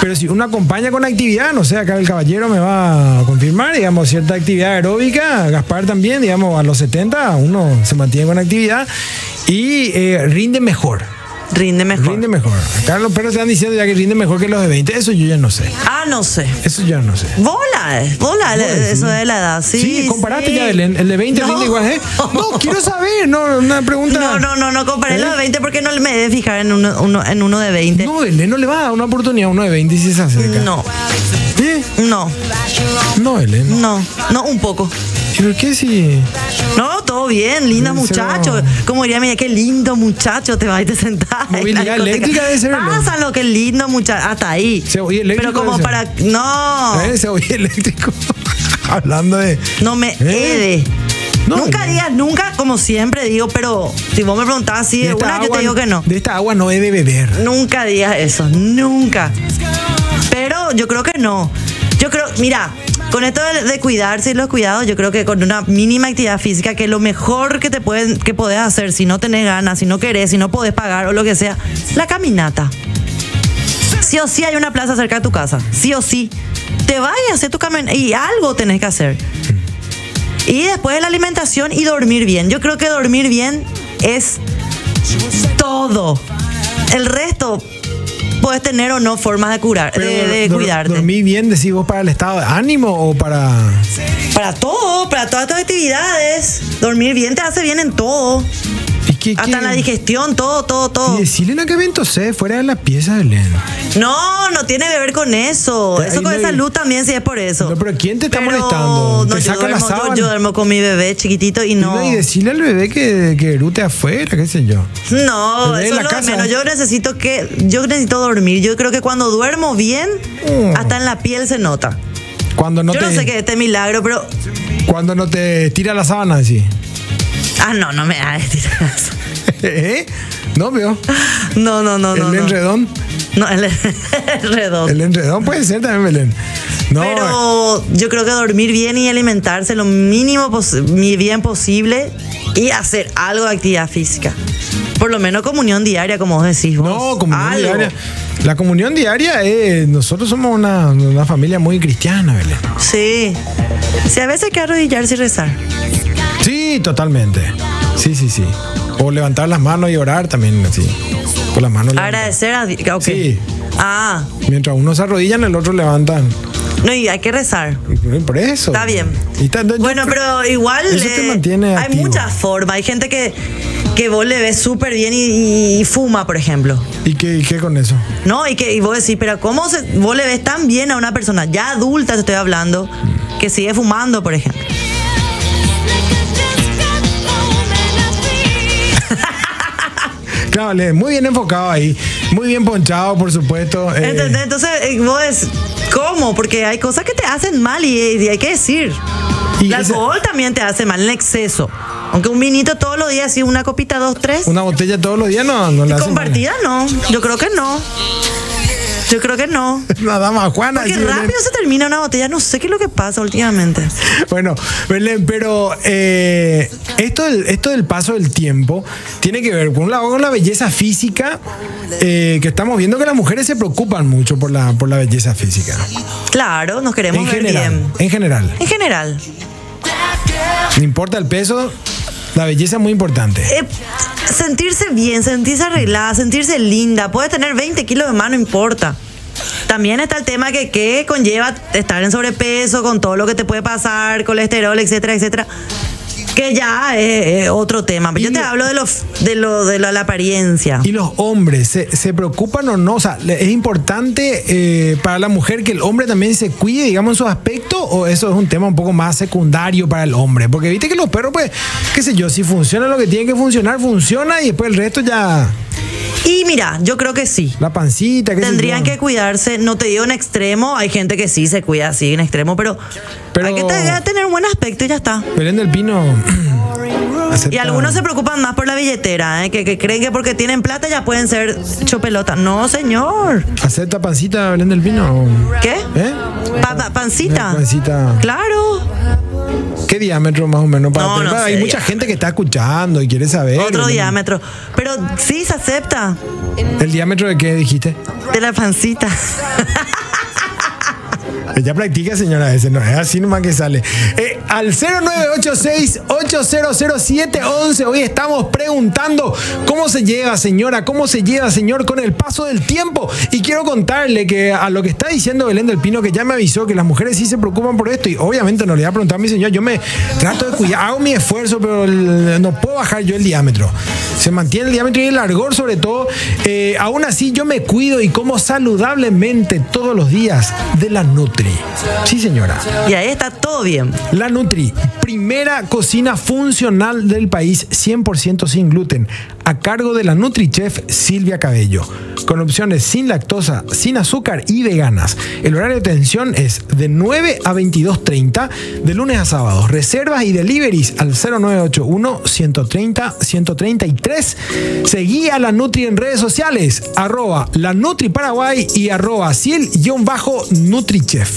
Speaker 1: pero si uno acompaña con actividad, no sé, acá el caballero me va a confirmar, digamos, cierta actividad aeróbica, Gaspar también, digamos, a los 70 uno se mantiene con actividad y eh, rinde mejor.
Speaker 2: Rinde mejor.
Speaker 1: Rinde mejor. Acá los perros están diciendo ya que rinde mejor que los de 20. Eso yo ya no sé.
Speaker 2: Ah, no sé.
Speaker 1: Eso ya no sé.
Speaker 2: Bola, eh, bola, le-
Speaker 1: decís?
Speaker 2: eso de la edad, sí.
Speaker 1: Sí, comparate
Speaker 2: sí.
Speaker 1: ya, Belén. El de 20
Speaker 2: No.
Speaker 1: rinde igual, ¿eh? No, quiero saber. No, una pregunta.
Speaker 2: No, no, no, no comparé
Speaker 1: ¿Eh?
Speaker 2: los de 20 porque no me debe fijar en uno, uno- en uno de 20.
Speaker 1: No, Belén no le va a dar una oportunidad a uno de 20 si se acerca.
Speaker 2: No,
Speaker 1: ¿Eh?
Speaker 2: no,
Speaker 1: No, Belén. no.
Speaker 2: no, no, un poco.
Speaker 1: ¿Pero qué si.?
Speaker 2: No, todo bien, lindo
Speaker 1: Bien,
Speaker 2: muchacho.
Speaker 1: cero.
Speaker 2: Como diría mi qué lindo muchacho, te vas y te sentás. en la
Speaker 1: Movilidad
Speaker 2: discoteca.
Speaker 1: eléctrica debe ser, ¿no?
Speaker 2: Pásalo, qué lindo muchacho. Hasta ahí.
Speaker 1: Se oye eléctrico
Speaker 2: Pero como
Speaker 1: ese.
Speaker 2: para. No,
Speaker 1: ¿Eh? Se oye eléctrico. *laughs* Hablando de.
Speaker 2: no me
Speaker 1: ¿Eh?
Speaker 2: hede.
Speaker 1: No,
Speaker 2: nunca
Speaker 1: no.
Speaker 2: digas nunca, como siempre digo, pero si vos me preguntás así
Speaker 1: de
Speaker 2: de una, yo te digo que no.
Speaker 1: De esta agua no he de beber.
Speaker 2: Nunca digas eso, nunca. Pero yo creo que no. Yo creo, mira, con esto de, de cuidarse y los cuidados, yo creo que con una mínima actividad física, que lo mejor que te pueden, que podés hacer, si no tenés ganas, si no querés, si no podés pagar o lo que sea, la caminata. Sí o sí hay una plaza cerca de tu casa. Sí o sí. Te vas y haces tu caminata. Y algo tenés que hacer. Y después la alimentación y dormir bien. Yo creo que dormir bien es todo. El resto puedes tener o no formas de curar,
Speaker 1: Pero
Speaker 2: de, de
Speaker 1: dor-
Speaker 2: cuidarte.
Speaker 1: ¿Dormí bien, decís vos, para el estado de ánimo o para.?
Speaker 2: Para todo, para todas tus actividades. Dormir bien te hace bien en todo.
Speaker 1: ¿Y qué- qué-
Speaker 2: Hasta en la digestión, todo, todo,
Speaker 1: Y
Speaker 2: todo.
Speaker 1: decirle en qué evento sé, fuera de la pieza, Belén.
Speaker 2: No, no tiene que ver con eso.
Speaker 1: Ahí
Speaker 2: Eso con
Speaker 1: no hay-
Speaker 2: esa luz también sí es por eso.
Speaker 1: No, pero ¿quién te está
Speaker 2: Pero
Speaker 1: molestando?
Speaker 2: No,
Speaker 1: Te
Speaker 2: yo,
Speaker 1: saca la
Speaker 2: duermo, yo-
Speaker 1: sábana.
Speaker 2: yo duermo con mi bebé chiquitito y no.
Speaker 1: Y decirle al bebé que, que erute afuera, qué sé yo.
Speaker 2: No,
Speaker 1: Bebé en
Speaker 2: eso
Speaker 1: la
Speaker 2: es lo de
Speaker 1: casa.
Speaker 2: menos. Yo necesito que, yo necesito dormir. Yo creo que cuando duermo bien,
Speaker 1: Mm.
Speaker 2: hasta en la piel se nota.
Speaker 1: Cuando no,
Speaker 2: yo
Speaker 1: te,
Speaker 2: no sé qué es este milagro, pero
Speaker 1: Cuando no te tira la sábana, así.
Speaker 2: ah no, no me da eso.
Speaker 1: *laughs* ¿Eh? No, veo.
Speaker 2: No, no, no,
Speaker 1: El
Speaker 2: no. no.
Speaker 1: enredón.
Speaker 2: No, el *laughs* enredón.
Speaker 1: El enredón puede ser también, Belén. No, eh,
Speaker 2: Pero yo creo que dormir bien y alimentarse lo mínimo pos- mi- bien posible y hacer algo de actividad física. Por lo menos comunión diaria, como vos decís vos.
Speaker 1: No, comunión
Speaker 2: Algo.
Speaker 1: diaria. La comunión diaria es. Nosotros somos una, una familia muy cristiana, Belén.
Speaker 2: Sí. Sí, a veces hay que arrodillarse y rezar.
Speaker 1: Sí, totalmente. Sí, sí, sí. O levantar las manos y orar también, así. Con las manos. levantadas.
Speaker 2: Agradecer a Dios. ok.
Speaker 1: Sí.
Speaker 2: Ah,
Speaker 1: Mientras uno se arrodillan, el otro levantan.
Speaker 2: no, y hay que rezar.
Speaker 1: Por eso.
Speaker 2: Está bien.
Speaker 1: Y está- yo
Speaker 2: Bueno,
Speaker 1: creo-
Speaker 2: pero igual
Speaker 1: Eso te
Speaker 2: eh,
Speaker 1: mantiene
Speaker 2: hay
Speaker 1: activo.
Speaker 2: muchas formas. Hay gente que que vos le ves súper bien y- y- y fuma, por ejemplo.
Speaker 1: ¿Y qué, y qué con eso?
Speaker 2: ¿No? Y que y vos decís, pero ¿cómo se- vos le ves tan bien a una persona ya adulta, te estoy hablando, que sigue fumando, por ejemplo?
Speaker 1: Claro, le- muy bien enfocado ahí. Muy bien ponchado, por supuesto. eh,
Speaker 2: ¿Entendés? Entonces, eh, vos es, ¿cómo? Porque hay cosas que te hacen mal y, y hay que decir.
Speaker 1: Y
Speaker 2: el
Speaker 1: ese-
Speaker 2: alcohol también te hace mal en exceso. Aunque un vinito todos los días, y una copita, dos, tres.
Speaker 1: Una botella todos los días no, no la hacen mal. *laughs*
Speaker 2: compartida, no. Yo creo que no. Yo creo que no.
Speaker 1: Una dama Juana.
Speaker 2: Porque
Speaker 1: sí, Belén.
Speaker 2: rápido se termina una botella. No sé qué es lo que pasa últimamente.
Speaker 1: Bueno, Belén, pero eh, esto, del, esto del paso del tiempo tiene que ver por un lado con la belleza física, eh, que estamos viendo que las mujeres se preocupan mucho por la, por la belleza física.
Speaker 2: Claro, nos queremos
Speaker 1: En
Speaker 2: ver
Speaker 1: general,
Speaker 2: bien.
Speaker 1: en general.
Speaker 2: En general.
Speaker 1: No importa el peso, la belleza es muy importante.
Speaker 2: eh, sentirse bien, sentirse arreglada, sentirse linda. Puedes tener 20 kilos de más, no importa. También está el tema que, que conlleva estar en sobrepeso, con todo lo que te puede pasar, colesterol, etcétera, etcétera. Que ya es, es otro tema. Pero yo te hablo de, lo, f- de, lo, de lo- la apariencia.
Speaker 1: ¿Y los hombres se, se preocupan o no? O sea, ¿es importante eh, para la mujer que el hombre también se cuide, digamos, en su aspecto? ¿O eso es un tema un poco más secundario para el hombre? Porque viste que los perros, pues, qué sé yo, si funciona lo que tiene que funcionar, funciona y después el resto ya,
Speaker 2: Y mira, yo creo que sí.
Speaker 1: la pancita, qué sé
Speaker 2: Tendrían
Speaker 1: yo.
Speaker 2: que cuidarse, no te digo en extremo, hay gente que sí se cuida así en extremo, pero,
Speaker 1: Pero-
Speaker 2: hay que te- tener un buen aspecto y ya está.
Speaker 1: Belén del
Speaker 2: *clears throat*
Speaker 1: Pino.
Speaker 2: Y
Speaker 1: acepta-
Speaker 2: algunos se preocupan más por la billetera, ¿eh? que, que creen que porque tienen plata ya pueden ser chopelota. No, señor.
Speaker 1: ¿Acepta pancita Belén del Pino?
Speaker 2: ¿Qué?
Speaker 1: ¿Eh?
Speaker 2: Pa- pa- pancita.
Speaker 1: Pancita.
Speaker 2: Claro.
Speaker 1: ¿Qué diámetro más o menos? Para
Speaker 2: No, no
Speaker 1: tener-
Speaker 2: sé,
Speaker 1: hay mucha
Speaker 2: diámetro.
Speaker 1: gente que está escuchando y quiere saber.
Speaker 2: Otro
Speaker 1: Belén.
Speaker 2: diámetro. Pero sí se acepta
Speaker 1: ¿El diámetro de qué dijiste?
Speaker 2: de la pancita.
Speaker 1: Ya practica, señora, ese no es así nomás que sale. Eh, al 0986-800711, hoy estamos preguntando cómo se lleva, señora, cómo se lleva, señor, con el paso del tiempo. Y quiero contarle que a lo que está diciendo Belén del Pino, que ya me avisó que las mujeres sí se preocupan por esto, y obviamente no le voy a preguntar a mi señor, yo me trato de cuidar, hago mi esfuerzo, pero el- no puedo bajar yo el diámetro. Se mantiene el diámetro y el largor, sobre todo. Eh, aún así, yo me cuido y como saludablemente todos los días de la Nutri. Sí, señora.
Speaker 2: Y ahí está todo bien.
Speaker 1: La Nutri, primera cocina funcional del país 100% sin gluten, a cargo de la NutriChef Silvia Cabello, con opciones sin lactosa, sin azúcar y veganas. El horario de atención es de 9 a 22.30 de lunes a sábados. Reservas y deliveries al 0981 130 133. Seguí a la Nutri en redes sociales, arroba la Nutri Paraguay y arroba Sil-NutriChef.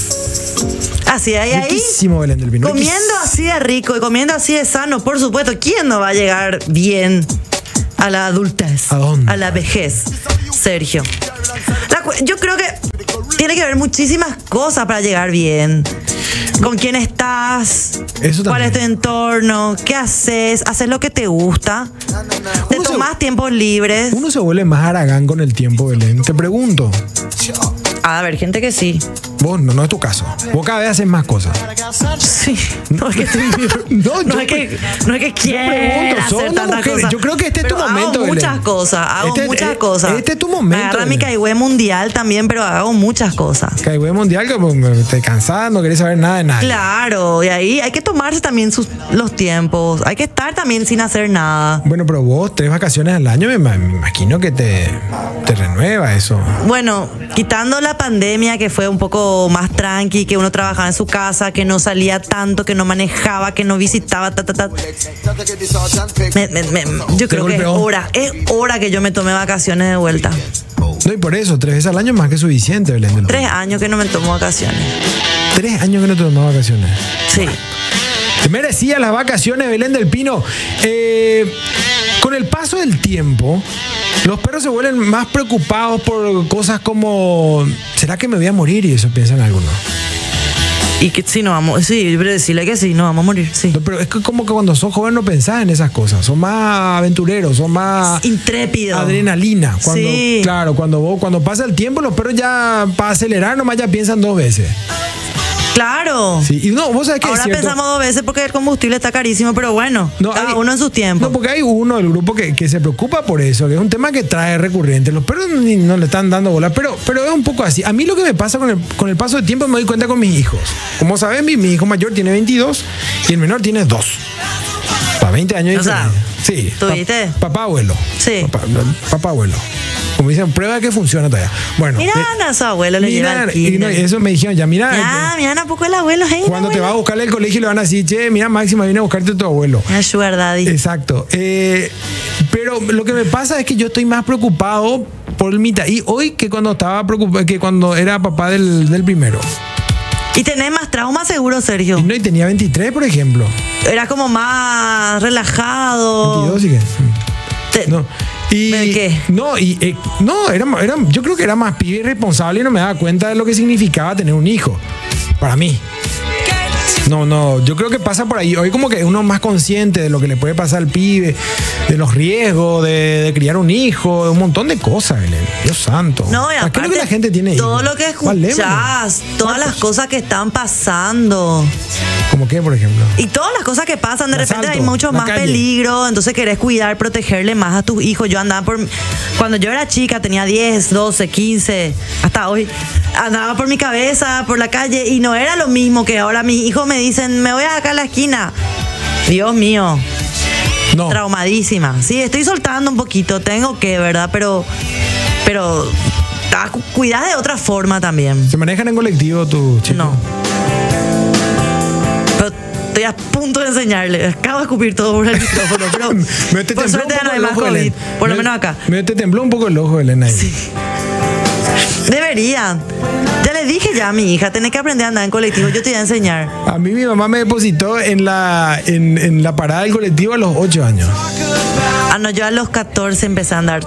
Speaker 2: Así, ahí, ahí.
Speaker 1: Riquísimo, Belén del Pino,
Speaker 2: Comiendo
Speaker 1: riquísimo.
Speaker 2: así de rico y comiendo así de sano, por supuesto, ¿quién no va a llegar bien a la adultez?
Speaker 1: ¿A dónde?
Speaker 2: A la vejez, Sergio. La cu- yo creo que tiene que ver muchísimas cosas para llegar bien. ¿Con quién estás?
Speaker 1: Eso también.
Speaker 2: ¿Cuál es tu entorno? ¿Qué haces? ¿Haces lo que te gusta? ¿Te
Speaker 1: Uno se-
Speaker 2: tomas tiempos libres?
Speaker 1: Uno se vuelve más aragán con el tiempo, Belén. Te pregunto,
Speaker 2: Ah, A ver, gente que sí.
Speaker 1: vos no, no es tu caso. Vos cada vez haces más
Speaker 2: *laughs*
Speaker 1: cosas.
Speaker 2: Sí. No
Speaker 1: *laughs*
Speaker 2: es que estoy
Speaker 1: No,
Speaker 2: No
Speaker 1: yo
Speaker 2: es que,
Speaker 1: pre-
Speaker 2: no es que quiera
Speaker 1: pregunto, son
Speaker 2: hacer
Speaker 1: las
Speaker 2: tantas
Speaker 1: mujeres.
Speaker 2: cosas.
Speaker 1: Yo creo que este es tu
Speaker 2: Pero
Speaker 1: momento,
Speaker 2: Hago
Speaker 1: Belén.
Speaker 2: muchas cosas, hago
Speaker 1: Este-
Speaker 2: muchas
Speaker 1: eh,
Speaker 2: cosas.
Speaker 1: este es tu momento,
Speaker 2: Me agarra mi
Speaker 1: Belén.
Speaker 2: caigüe mundial también, pero hago muchas cosas.
Speaker 1: Caigüe mundial, que pues, te cansás, no querés saber nada de nada.
Speaker 2: Claro, y ahí hay que tomarse también sus, los tiempos. Hay que estar también sin hacer nada.
Speaker 1: Bueno, pero vos tres vacaciones al año, me, ma- me imagino que te, te renueva eso.
Speaker 2: Bueno, quitando la pandemia que fue un poco más tranqui, que uno trabajaba en su casa, que no salía tanto, que no manejaba, que no visitaba, ta, ta, ta. Me- me- me- yo creo que es
Speaker 1: golpeó.
Speaker 2: hora, es hora que yo me tome vacaciones de vuelta.
Speaker 1: No, y por eso, tres veces al año es más que suficiente, Belén. del Pino.
Speaker 2: Tres años que no me tomo vacaciones.
Speaker 1: Tres años que no te tomás vacaciones.
Speaker 2: Sí.
Speaker 1: Te merecía las vacaciones, Belén del Pino. Eh, con el paso del tiempo, los perros se vuelven más preocupados por cosas como, ¿será que me voy a morir? Y eso piensan algunos.
Speaker 2: Y que si no vamos, sí, pero decirle que sí, no vamos a morir, sí.
Speaker 1: No, Pero es que como que cuando sos joven no pensás en esas cosas. Son más aventureros, son más...
Speaker 2: Intrépido.
Speaker 1: Ah, Adrenalina. Cuando,
Speaker 2: Sí.
Speaker 1: Claro, cuando vos, cuando pasa el tiempo, los perros ya para acelerar nomás ya piensan dos veces.
Speaker 2: Claro.
Speaker 1: Sí, y no, vos sabés que es
Speaker 2: Ahora
Speaker 1: cierto.
Speaker 2: pensamos dos veces porque el combustible está carísimo, pero bueno,
Speaker 1: No,
Speaker 2: cada
Speaker 1: hay-
Speaker 2: uno en sus tiempos.
Speaker 1: No, porque hay uno del grupo que, que se preocupa por eso, que es un tema que trae recurrente. Los perros ni- no le están dando bola, pero, pero es un poco así. A mí lo que me pasa con el, con el paso del tiempo me doy cuenta con mis hijos. Como saben, mi, mi hijo mayor tiene 22 y el menor tiene 2. Para 20 años. de
Speaker 2: O sea,
Speaker 1: diferencia. sí. pa-
Speaker 2: ¿tuviste?
Speaker 1: papá abuelo.
Speaker 2: Sí.
Speaker 1: Papá, papá abuelo. Como dicen, prueba que funciona todavía. Bueno.
Speaker 2: Mirá,
Speaker 1: eh,
Speaker 2: Ana, su abuelo le lleva
Speaker 1: mirá,
Speaker 2: al
Speaker 1: y no,
Speaker 2: kinder.
Speaker 1: eso me dijeron ya, mira.
Speaker 2: Ah, mira, Ana, poco el abuelo. hey,
Speaker 1: cuando te
Speaker 2: abuelo.
Speaker 1: va a buscar el colegio le van a decir, che, mira, Máxima viene a buscarte tu abuelo.
Speaker 2: Ah, Sugar Daddy.
Speaker 1: Exacto. Eh, pero lo que me pasa es que yo estoy más preocupado por mi ta- y hoy que cuando estaba preocupado, que cuando era papá del, del primero.
Speaker 2: Y tenés más trauma seguro, Sergio.
Speaker 1: Y no, y tenía 23, por ejemplo.
Speaker 2: Era como más relajado.
Speaker 1: 22 y que-
Speaker 2: Te-
Speaker 1: No. Y,
Speaker 2: ¿Pero qué?
Speaker 1: No, y eh, no, era, ma- era- yo creo que era más pibe irresponsable y no me daba cuenta de lo que significaba tener un hijo. Para mí. No, no, yo creo que pasa por ahí. Hoy como que uno es más consciente de lo que le puede pasar al pibe, de los riesgos, de, de criar un hijo, de un montón de cosas, Belén. Dios santo.
Speaker 2: No,
Speaker 1: ¿Para
Speaker 2: y
Speaker 1: qué
Speaker 2: aparte,
Speaker 1: es lo que la gente tiene hijos?
Speaker 2: todo lo que
Speaker 1: ¿Cuál es, Belén?
Speaker 2: escuchás, todas las cosas que están pasando.
Speaker 1: ¿Cómo qué, por ejemplo?
Speaker 2: Y todas las cosas que pasan, de
Speaker 1: El
Speaker 2: repente hay
Speaker 1: asalto,
Speaker 2: mucho
Speaker 1: la
Speaker 2: más
Speaker 1: calle.
Speaker 2: peligro, entonces querés cuidar, protegerle más a tus hijos. Yo andaba por... Cuando yo era chica, tenía 10, 12, 15, hasta hoy, andaba por mi cabeza, por la calle, y no era lo mismo que ahora mis hijos me dicen, me voy acá a la esquina. Dios mío,
Speaker 1: No.
Speaker 2: traumadísima. Sí, estoy soltando un poquito, tengo que, ¿verdad? Pero, pero, ah, cu- cuidás de otra forma también.
Speaker 1: ¿Se manejan en colectivo tus chicos?
Speaker 2: No. Pero estoy a punto de enseñarle. Acabo de escupir todo por el micrófono,
Speaker 1: *laughs*
Speaker 2: pero
Speaker 1: Me te
Speaker 2: por
Speaker 1: tembló
Speaker 2: suerte
Speaker 1: un poco
Speaker 2: ya no hay
Speaker 1: el
Speaker 2: más
Speaker 1: ojo,
Speaker 2: COVID.
Speaker 1: Belén.
Speaker 2: Por lo
Speaker 1: Me-
Speaker 2: menos acá.
Speaker 1: Me te tembló un poco el ojo, Belén, ahí.
Speaker 2: Deberían. Ya le dije ya a mi hija, tenés que aprender a andar en colectivo, yo te voy a enseñar.
Speaker 1: A mí mi mamá me depositó en la, en, en la parada del colectivo a los 8 años.
Speaker 2: Ah, no, yo a los 14 empecé a andar.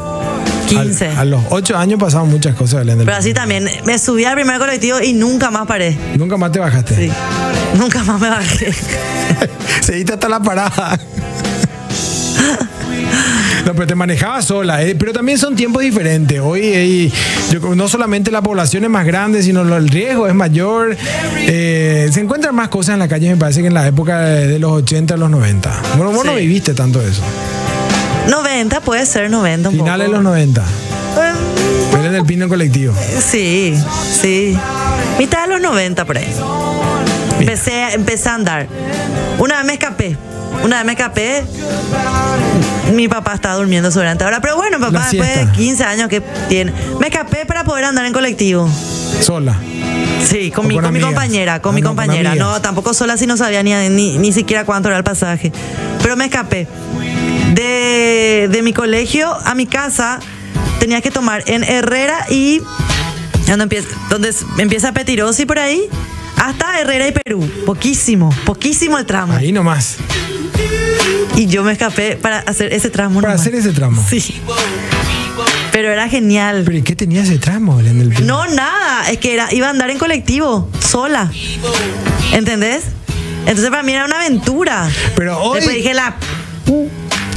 Speaker 2: 15.
Speaker 1: A, a los 8 años pasaban muchas cosas, Belén. del
Speaker 2: Pero así también, me subí al primer colectivo y nunca más paré.
Speaker 1: Pino. Nunca más te bajaste. *laughs*
Speaker 2: Sí. Nunca más me bajé.
Speaker 1: Seguiste hasta la parada. *laughs* No, pero te manejabas sola, eh. pero también son tiempos diferentes. Hoy eh, yo creo- no solamente la población es más grande, sino lo- el riesgo es mayor. Eh, se encuentran más cosas en la calle, me parece, que en la época de, de los 80 a los 90. Bueno, vos no
Speaker 2: Sí.
Speaker 1: viviste tanto eso.
Speaker 2: 90 puede ser 90 un
Speaker 1: Finales de los
Speaker 2: poco.
Speaker 1: 90.
Speaker 2: Eh,
Speaker 1: Pero en el pino colectivo.
Speaker 2: Sí, sí. Mitad de los 90 por ahí. Empecé, empecé a andar. Una vez me escapé. Una vez me escapé. Mi papá estaba durmiendo durante ahora. Pero bueno,
Speaker 1: La
Speaker 2: papá, después de
Speaker 1: siesta.
Speaker 2: 15 años que tiene. Me escapé para poder andar en colectivo.
Speaker 1: Sola.
Speaker 2: Sí,
Speaker 1: O
Speaker 2: con, mi,
Speaker 1: con
Speaker 2: con mi
Speaker 1: amigas.
Speaker 2: compañera, con
Speaker 1: Ah,
Speaker 2: mi
Speaker 1: no, con
Speaker 2: compañera. no,
Speaker 1: amigas.
Speaker 2: tampoco sola si no sabía ni, ni, ni siquiera cuánto era el pasaje. Pero me escapé. De, de mi colegio a mi casa tenía que tomar en Herrera y... Donde empieza, donde es- empieza Petirosi por ahí, hasta Herrera y Perú. Poquísimo, poquísimo el tramo.
Speaker 1: Ahí nomás.
Speaker 2: Y yo me escapé para hacer ese tramo.
Speaker 1: Para
Speaker 2: nomás.
Speaker 1: hacer ese tramo.
Speaker 2: Sí. Pero era genial.
Speaker 1: ¿Pero y qué tenía ese tramo, Belén del Pino?
Speaker 2: No, nada. Es que era, iba a andar en colectivo, sola. ¿Entendés? Entonces para mí era una aventura.
Speaker 1: Pero hoy-
Speaker 2: Después dije la.
Speaker 1: Uh.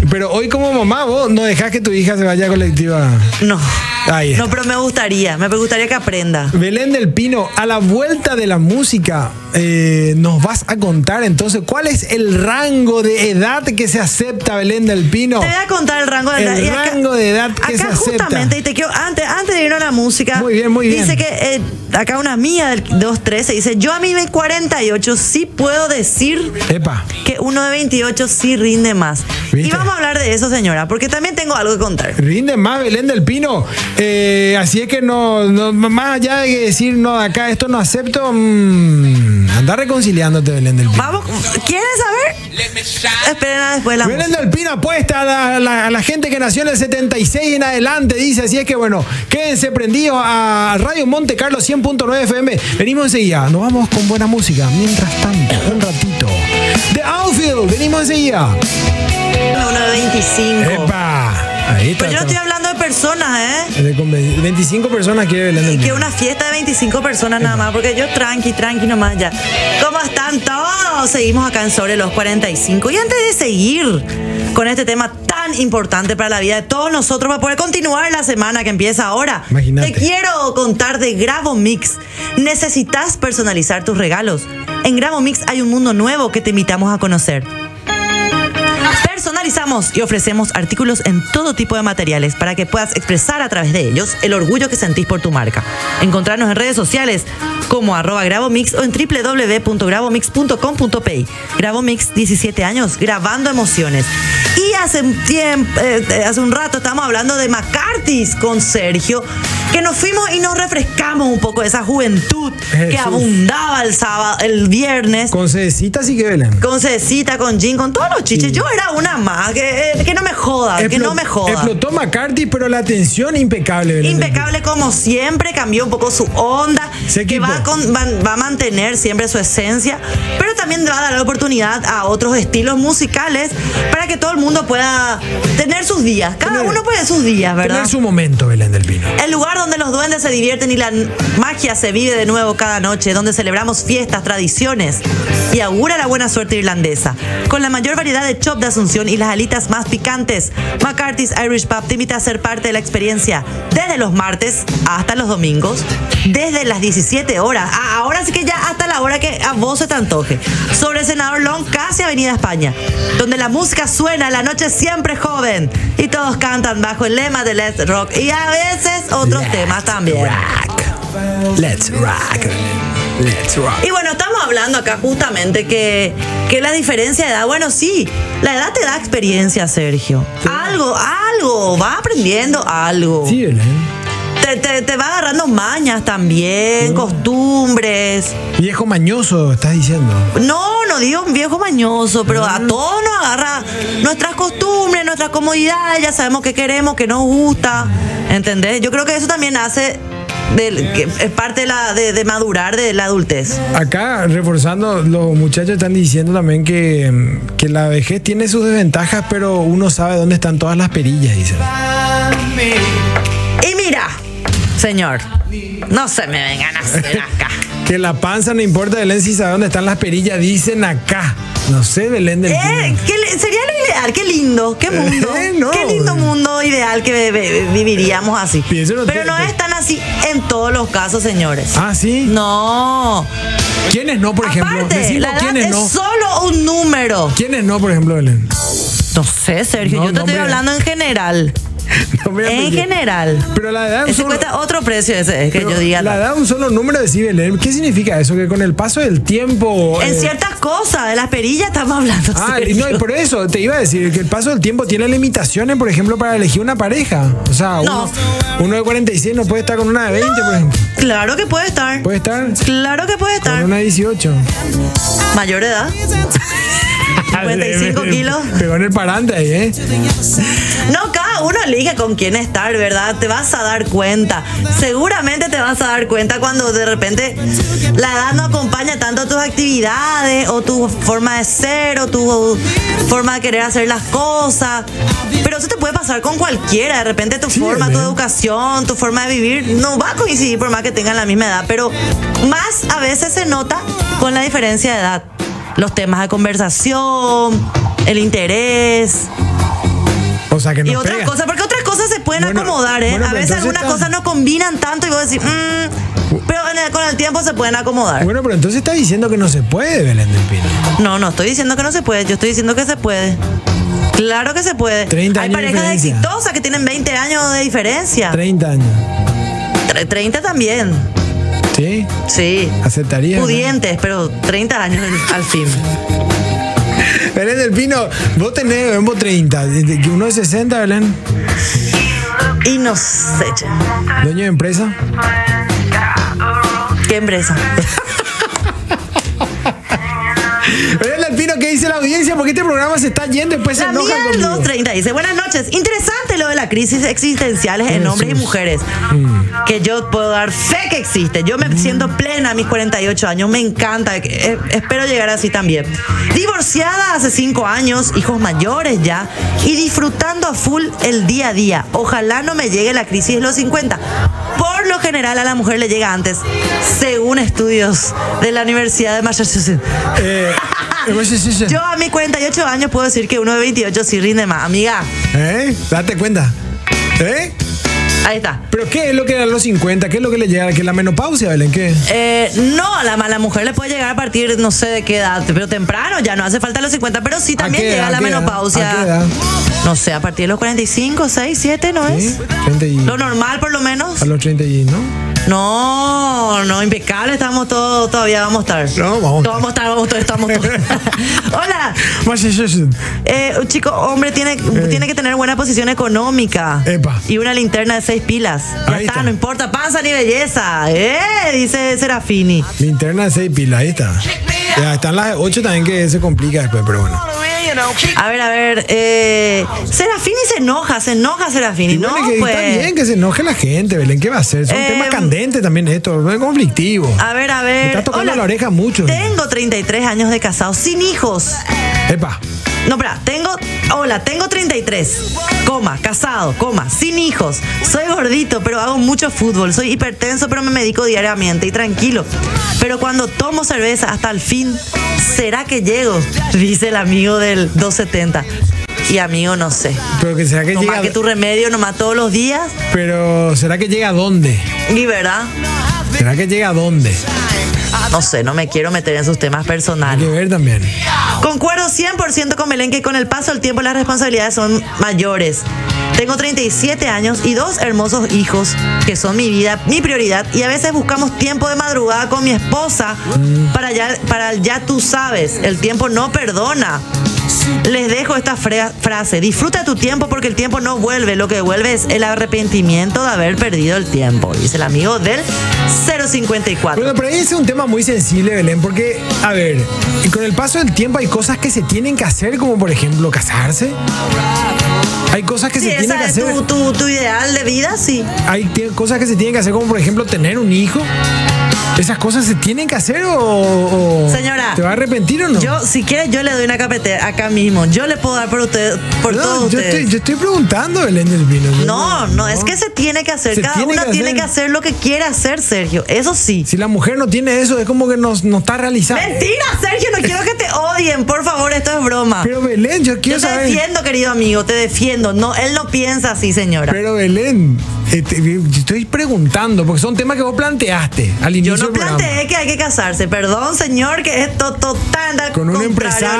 Speaker 1: Pero hoy como mamá, vos no dejás que tu hija se vaya a colectiva.
Speaker 2: No.
Speaker 1: Ahí está.
Speaker 2: No, pero me gustaría. Me gustaría que aprenda.
Speaker 1: Belén del Pino, a la vuelta de la música, eh, nos vas a contar entonces cuál es el rango de edad que se acepta, Belén del Pino.
Speaker 2: Te voy a contar el rango de edad.
Speaker 1: El
Speaker 2: Y acá-
Speaker 1: rango de edad que
Speaker 2: acá
Speaker 1: se acepta.
Speaker 2: justamente, y te quiero, antes, antes de irnos a la música.
Speaker 1: Muy bien, muy bien.
Speaker 2: Dice que eh, acá una mía del 213 dice, yo a mí de 48 sí puedo decir
Speaker 1: Epa,
Speaker 2: que uno de 28 sí rinde más. Y
Speaker 1: ¿Viste?
Speaker 2: vamos a hablar de eso, señora, porque también tengo algo que contar.
Speaker 1: rinde más Belén del Pino. Eh, así es que no, no- más allá de que decir, no, acá esto no acepto, mm, anda reconciliándote, Belén del Pino.
Speaker 2: Vamos, ¿quieren saber? Esperen a después la
Speaker 1: Belén
Speaker 2: música.
Speaker 1: del Pino apuesta a la, a la- a la gente que nació en el 76 en adelante, dice. Así es que, bueno, quédense prendidos a Radio Monte Carlo 100.9 FM. Venimos enseguida, nos vamos con buena música. Mientras tanto, un ratito. The Outfield, venimos enseguida.
Speaker 2: 1.25.
Speaker 1: ¡Epa! Ahí está.
Speaker 2: Pero Pues yo no estoy hablando de personas, ¿eh?
Speaker 1: De conven- 25 personas quiere Belén del
Speaker 2: Y que
Speaker 1: Pino.
Speaker 2: una fiesta de 25 personas nada más, porque yo tranqui, tranqui nomás ya. ¿Cómo están todos? Seguimos acá en Sobre los 45. Y antes de seguir con este tema tan importante para la vida de todos nosotros, para poder continuar la semana que empieza ahora,
Speaker 1: Imagínate.
Speaker 2: te quiero contar de Grabo Mix. Necesitas personalizar tus regalos. En Grabo Mix hay un mundo nuevo que te invitamos a conocer. Personalizamos y ofrecemos artículos en todo tipo de materiales para que puedas expresar a través de ellos el orgullo que sentís por tu marca. Encontrarnos en redes sociales como arroba grabomix o en www.grabomix.com.pay. Grabomix, 17 años, grabando emociones. Y hace un, tiemp- eh, eh, hace un rato estábamos hablando de McCarthy's con Sergio, que nos fuimos y nos refrescamos un poco de esa juventud que
Speaker 1: Jesús.
Speaker 2: abundaba el sábado, el viernes
Speaker 1: Con Cecita sí que Belén.
Speaker 2: con Cecita, con Jin, con todos los chiches. Yo era una más, que, eh, que no me joda, que
Speaker 1: Explo-
Speaker 2: no me joda.
Speaker 1: Explotó McCarthy, pero la atención impecable. Belén del Pino.
Speaker 2: Impecable como siempre, cambió un poco su onda,
Speaker 1: Se
Speaker 2: que va,
Speaker 1: equipó.
Speaker 2: con- va, va a mantener siempre su esencia, pero también va a dar la oportunidad a otros estilos musicales para que todo el mundo pueda tener sus días. Cada
Speaker 1: Tener-
Speaker 2: uno puede sus días, ¿verdad?
Speaker 1: Tener su momento, Belén del Pino.
Speaker 2: El lugar donde los duendes se divierten y la n- magia se vive de nuevo cada noche, donde celebramos fiestas, tradiciones y augura la buena suerte irlandesa. Con la mayor variedad de chop de Asunción y las alitas más picantes, McCarthy's Irish Pub te invita a ser parte de la experiencia desde los martes hasta los domingos, desde las 17 horas. Ah, ahora sí que ya hasta la hora que a vos se te antoje. Sobre Senador Long, casi Avenida España, donde la música suena, la noche siempre es joven y todos cantan bajo el lema de Let's Rock y a veces otros temas también.
Speaker 1: Rock. Let's rock. Belén. Let's rock.
Speaker 2: Y bueno, estamos hablando acá justamente que, que la diferencia de edad, bueno, sí, la edad te da experiencia, Sergio. Algo, algo, vas aprendiendo algo.
Speaker 1: Sí, eh. Belén.
Speaker 2: Te, te- te va agarrando mañas también, costumbres.
Speaker 1: Viejo mañoso, estás diciendo.
Speaker 2: No, no digo un viejo mañoso, pero a todos nos agarra nuestras costumbres, nuestras comodidades, ya sabemos qué queremos, qué nos gusta, ¿entendés? Yo creo que eso también hace, del- que es parte de, la, de, de madurar de la adultez.
Speaker 1: Acá, reforzando, los muchachos están diciendo también que, mm, que la vejez tiene sus desventajas, pero uno sabe dónde están todas las perillas, dicen.
Speaker 2: Y mira, señor, no se me vengan a hacer acá.
Speaker 1: Que la panza no importa, Belén, si sabe dónde están las perillas, dicen acá. No sé, Belén del
Speaker 2: *laughs* Eh,
Speaker 1: Pino.
Speaker 2: qué li- sería lo ideal, qué lindo, qué mundo,
Speaker 1: Eh, no.
Speaker 2: qué lindo mundo ideal que ve- ve- viviríamos así.
Speaker 1: Pienso no
Speaker 2: Pero no
Speaker 1: tiene-
Speaker 2: es tan así en todos los casos, señores.
Speaker 1: Ah, sí.
Speaker 2: No.
Speaker 1: ¿Quiénes no, por ejemplo?
Speaker 2: Aparte,
Speaker 1: Decimos
Speaker 2: la edad
Speaker 1: quiénes
Speaker 2: es
Speaker 1: no.
Speaker 2: solo un número.
Speaker 1: ¿Quiénes no, por ejemplo,
Speaker 2: *laughs*
Speaker 1: Belén?
Speaker 2: No sé, Sergio,
Speaker 1: No,
Speaker 2: yo te
Speaker 1: no,
Speaker 2: estoy
Speaker 1: hombre.
Speaker 2: hablando en general.
Speaker 1: No me voy a
Speaker 2: En
Speaker 1: pelear.
Speaker 2: general.
Speaker 1: Pero la edad es
Speaker 2: Ese
Speaker 1: un solo,
Speaker 2: cuesta otro precio ese, que
Speaker 1: pero
Speaker 2: yo diga.
Speaker 1: la
Speaker 2: no.
Speaker 1: edad un solo número de sí, Belén. ¿Qué significa eso? Que con el paso del tiempo.
Speaker 2: En
Speaker 1: eh,
Speaker 2: ciertas cosas, de las perillas estamos hablando.
Speaker 1: Ah, y
Speaker 2: Sergio.
Speaker 1: no, y por eso te iba a decir que el paso del tiempo tiene limitaciones, por ejemplo, para elegir una pareja. O sea,
Speaker 2: No.
Speaker 1: uno, uno de 46 no puede estar con una de 20, por ejemplo.
Speaker 2: Claro que puede estar.
Speaker 1: Puede estar
Speaker 2: Claro que puede
Speaker 1: Pues, con
Speaker 2: estar.
Speaker 1: una de 18. *laughs*
Speaker 2: Mayor edad. *laughs* Ah, 55 kilos.
Speaker 1: Pegó en el parante ahí, ¿eh?
Speaker 2: No, cada uno elige con quién estar, ¿verdad? Te vas a dar cuenta. Seguramente te vas a dar cuenta cuando de repente la edad no acompaña tanto a tus actividades o tu forma de ser o tu forma de querer hacer las cosas. Pero eso te puede pasar con cualquiera. De repente tu
Speaker 1: Sí,
Speaker 2: forma, tu
Speaker 1: ¿verdad?
Speaker 2: educación, tu forma de vivir no va a coincidir por más que tengan la misma edad. Pero más a veces se nota con la diferencia de edad. Los temas de conversación, el interés.
Speaker 1: O sea, que no
Speaker 2: Y otras
Speaker 1: pega.
Speaker 2: cosas, porque otras cosas se pueden
Speaker 1: Bueno,
Speaker 2: acomodar, ¿eh?
Speaker 1: bueno,
Speaker 2: a
Speaker 1: pero
Speaker 2: veces
Speaker 1: entonces
Speaker 2: algunas
Speaker 1: está-
Speaker 2: cosas no combinan tanto y vos decís, "Mm", pero en el- con el tiempo se pueden acomodar.
Speaker 1: Bueno, pero entonces estás diciendo que no se puede, Belén del Pino.
Speaker 2: No, no estoy diciendo que no se puede, yo estoy diciendo que se puede. Claro que se puede.
Speaker 1: 30
Speaker 2: Hay
Speaker 1: años de
Speaker 2: parejas
Speaker 1: diferencia.
Speaker 2: exitosas que tienen 20 años de diferencia.
Speaker 1: 30 años.
Speaker 2: Tre- 30 también.
Speaker 1: ¿Sí?
Speaker 2: Sí.
Speaker 1: Aceptaría. ¿no?
Speaker 2: Pudientes, pero 30 años al fin.
Speaker 1: Belén del Pino, vos tenés, vos 30. que Uno de 60, Belén.
Speaker 2: Y no sé, che.
Speaker 1: Dueño de empresa.
Speaker 2: ¿Qué empresa?
Speaker 1: Pero el alpino que dice la audiencia, porque este programa se está yendo y después se
Speaker 2: La
Speaker 1: enojan
Speaker 2: mía el
Speaker 1: conmigo.
Speaker 2: 230 dice, buenas noches. Interesante lo de la crisis existenciales en hombres y
Speaker 1: Jesús.
Speaker 2: mujeres.
Speaker 1: Mm.
Speaker 2: Que yo puedo dar fe que existe. Yo me siento plena a mis 48 años. Me encanta. Eh, espero llegar así también. Divorciada hace 5 años, hijos mayores ya. Y disfrutando a full el día a día. Ojalá no me llegue la crisis de los 50. Por lo general a la mujer le llega antes, según estudios de la Universidad de Massachusetts.
Speaker 1: Eh, pues sí, sí, sí.
Speaker 2: Yo a mis 48 años puedo decir que uno de 28 sí rinde más. Amiga,
Speaker 1: ¿Eh? Date cuenta. ¿Eh?
Speaker 2: ahí está.
Speaker 1: ¿Pero qué es lo que a los 50? ¿Qué es lo que le llega? ¿Que la menopausia, Belén? ¿Qué?
Speaker 2: Eh, no, a la mala mujer le puede llegar a partir no sé de qué edad, pero temprano ya no hace falta los 50, pero sí también
Speaker 1: qué edad,
Speaker 2: llega la
Speaker 1: a qué edad?
Speaker 2: menopausia.
Speaker 1: ¿A qué edad?
Speaker 2: No sé, a partir de los 45, 6, 7, ¿no
Speaker 1: ¿Sí?
Speaker 2: es?
Speaker 1: 30 y-
Speaker 2: Lo normal por lo menos.
Speaker 1: A los 30 y, ¿no?
Speaker 2: No, no, impecable estamos todos, todavía vamos a estar.
Speaker 1: No, vamos a estar.
Speaker 2: Vamos a estar, vamos a estar, estamos todos.
Speaker 1: *laughs*
Speaker 2: Hola.
Speaker 1: Pues Massachusetts.
Speaker 2: Eh, un chico hombre tiene, tiene que tener buena posición económica.
Speaker 1: Epa.
Speaker 2: Y una linterna de seis pilas. Ya
Speaker 1: Ahí
Speaker 2: está,
Speaker 1: está.
Speaker 2: no importa panza ni belleza. Eh, dice Serafini.
Speaker 1: Linterna de 6 pilas, ahí está. Ya están las 8 también que se complica después, pero bueno.
Speaker 2: A ver, a ver. Eh, Serafini se enoja, se enoja Serafini.
Speaker 1: Y bueno,
Speaker 2: no,
Speaker 1: que
Speaker 2: pues.
Speaker 1: está bien que se enoje la gente, Belén, ¿qué va a hacer? Son
Speaker 2: Eh,
Speaker 1: temas candentes también esto, es conflictivo.
Speaker 2: A ver, a ver.
Speaker 1: Me está tocando la oreja mucho.
Speaker 2: Tengo 33 años de casado, sin hijos.
Speaker 1: Epa,
Speaker 2: No, espera, tengo. Hola, tengo 33. Coma, casado, coma, sin hijos. Soy gordito, pero hago mucho fútbol. Soy hipertenso, pero me medico diariamente y tranquilo. Pero cuando tomo cerveza hasta el fin, ¿será que llego? *laughs* Dice el amigo del 270. Y amigo, no sé.
Speaker 1: pero que será que
Speaker 2: Nomás
Speaker 1: llega.
Speaker 2: que tu remedio, nomás todos los días.
Speaker 1: Pero será que llega a dónde?
Speaker 2: Y verdad,
Speaker 1: ¿Será que llega a dónde?
Speaker 2: no sé, no me quiero meter en sus temas
Speaker 1: Hay que
Speaker 2: personales.
Speaker 1: ver también.
Speaker 2: Concuerdo 100% con Belén que con el paso del tiempo las responsabilidades son mayores. Tengo 37 años y dos hermosos hijos que son mi vida, mi prioridad y a veces buscamos tiempo de madrugada con mi esposa para ya, para el ya tú sabes, el tiempo no perdona. Les dejo esta fra- frase, disfruta tu tiempo porque el tiempo no vuelve, lo que vuelve es el arrepentimiento de haber perdido el tiempo, dice el amigo del 054.
Speaker 1: Bueno, pero ese es un tema muy sensible, Belén, porque, a ver, y con el paso del tiempo hay cosas que se tienen que hacer, como por ejemplo casarse. Hay cosas que
Speaker 2: Sí,
Speaker 1: se tienen que
Speaker 2: esa es
Speaker 1: hacer.
Speaker 2: tu, tu- tu ideal de vida, sí.
Speaker 1: hay tie- cosas que se tienen que hacer, como por ejemplo tener un hijo. ¿Esas cosas se tienen que hacer o, o
Speaker 2: Señora,
Speaker 1: te va a arrepentir o no?
Speaker 2: Yo, si quieres, yo le doy una capetea acá mismo. Yo le puedo dar por usted, por
Speaker 1: No,
Speaker 2: todos
Speaker 1: yo,
Speaker 2: ustedes.
Speaker 1: estoy, yo estoy preguntando, Belén del Pino. Yo
Speaker 2: No, no, es que se tiene que hacer.
Speaker 1: Se
Speaker 2: Cada
Speaker 1: tiene
Speaker 2: una
Speaker 1: que
Speaker 2: tiene
Speaker 1: hacer.
Speaker 2: que hacer lo que quiere hacer, Sergio. Eso sí.
Speaker 1: Si la mujer no tiene eso, es como que no, no está realizada.
Speaker 2: Mentira, Sergio, no quiero que te odien. Por favor, esto es broma.
Speaker 1: Pero Belén, yo quiero
Speaker 2: yo te
Speaker 1: saber.
Speaker 2: defiendo, querido amigo, te defiendo. No, él no piensa así, señora.
Speaker 1: Pero Belén, este, yo estoy preguntando, porque son temas que vos planteaste al inicio
Speaker 2: yo no
Speaker 1: del programa.
Speaker 2: planteé que hay que casarse. Perdón, señor, que esto total. al
Speaker 1: Con un
Speaker 2: contrario a lo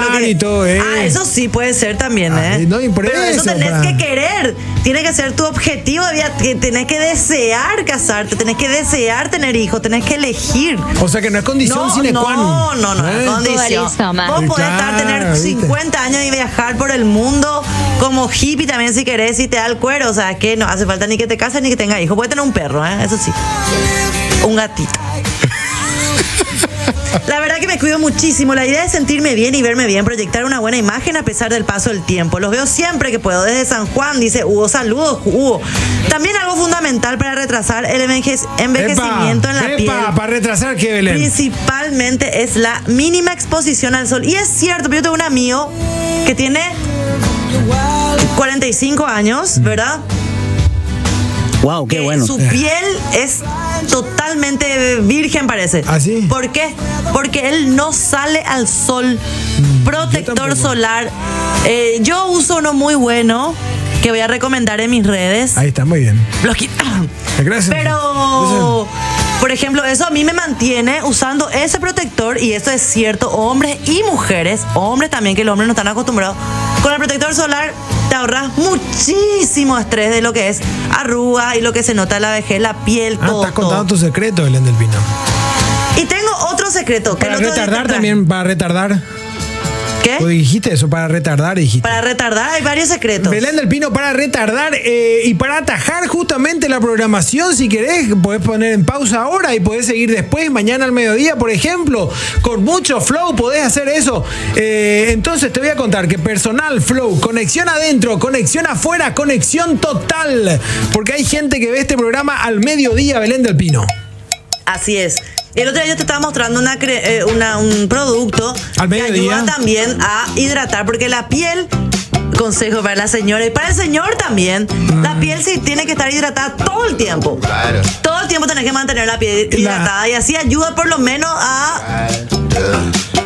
Speaker 1: empresario y todo, ¿eh?
Speaker 2: Ah, eso sí puede ser también,
Speaker 1: Ah,
Speaker 2: ¿eh?
Speaker 1: no, y por
Speaker 2: Pero eso
Speaker 1: eso,
Speaker 2: tenés
Speaker 1: pa.
Speaker 2: que querer. Tiene que ser tu objetivo de vida. que Tenés que desear casarte. Tenés que desear tener hijos. Tenés que elegir.
Speaker 1: O sea que no es condición
Speaker 2: No,
Speaker 1: sine
Speaker 2: no,
Speaker 1: qua
Speaker 2: no,
Speaker 1: non.
Speaker 2: no, no,
Speaker 1: ¿Eh?
Speaker 2: no, condición.
Speaker 6: Dualismo,
Speaker 2: Vos
Speaker 1: man.
Speaker 2: podés estar, tener
Speaker 1: Claro, ¿viste?
Speaker 2: 50 años y viajar por el mundo como hippie también si querés y te da el cuero. O sea, es que no hace falta ni que te cases ni que tengas hijos. Puedes tener un perro, ¿eh? eso sí.
Speaker 1: *laughs*
Speaker 2: Un gatito. La verdad que me cuido muchísimo. La idea es sentirme bien y verme bien, proyectar una buena imagen a pesar del paso del tiempo. Los veo siempre que puedo. Desde San Juan, dice Hugo. Saludos, Hugo. También algo fundamental para retrasar el enveje- envejecimiento en la
Speaker 1: epa,
Speaker 2: piel
Speaker 1: para retrasar que Belén.
Speaker 2: principalmente es la mínima exposición al sol. Y es cierto, pero yo tengo un amigo que tiene 45
Speaker 1: Mm.
Speaker 2: años, ¿verdad?
Speaker 7: Wow, qué
Speaker 2: Que
Speaker 7: bueno.
Speaker 2: Su piel es totalmente virgen, parece.
Speaker 1: ¿Ah, sí?
Speaker 2: ¿Por qué? Porque él no sale al sol. Protector
Speaker 1: Mm, tampoco.
Speaker 2: solar. Eh, yo uso uno muy bueno que voy a recomendar en mis redes.
Speaker 1: Ahí está, muy bien.
Speaker 2: Los quit-
Speaker 1: Gracias. *laughs*
Speaker 2: Pero, por ejemplo, eso a mí me mantiene usando ese protector, y esto es cierto, hombres y mujeres, hombres también, que los hombres no están acostumbrados. Con el protector solar te ahorras muchísimo estrés de lo que es arruga y lo que se nota en la vejez, la piel,
Speaker 1: Ah,
Speaker 2: todo.
Speaker 1: estás
Speaker 2: todo.
Speaker 1: contando tu secreto, Belén del Pino.
Speaker 2: Y tengo otro secreto que el
Speaker 1: Para
Speaker 2: otro día te ¿Eh?
Speaker 1: retardar
Speaker 2: traje.
Speaker 1: también, para retardar.
Speaker 2: ¿Qué?
Speaker 1: Vos dijiste eso para retardar, dijiste.
Speaker 2: Para retardar hay varios secretos.
Speaker 1: Belén del Pino para retardar eh, y para atajar justamente la programación, si querés, podés poner en pausa ahora y podés seguir después, mañana al mediodía, por ejemplo, con mucho flow podés hacer eso. Eh, entonces te voy a contar que personal, flow, conexión adentro, conexión afuera, conexión total, porque hay gente que ve este programa al mediodía, Belén del Pino.
Speaker 2: Así es. El otro día yo te estaba mostrando una, cre- eh, una- un producto
Speaker 1: Al
Speaker 2: que
Speaker 1: mediodía.
Speaker 2: ayuda también a hidratar, porque la piel, consejo para la señora y para el señor también,
Speaker 1: Mm.
Speaker 2: la piel sí tiene que estar hidratada todo el tiempo.
Speaker 6: Claro.
Speaker 2: Todo el tiempo tenés que mantener la piel
Speaker 1: La-
Speaker 2: hidratada y así ayuda por lo menos a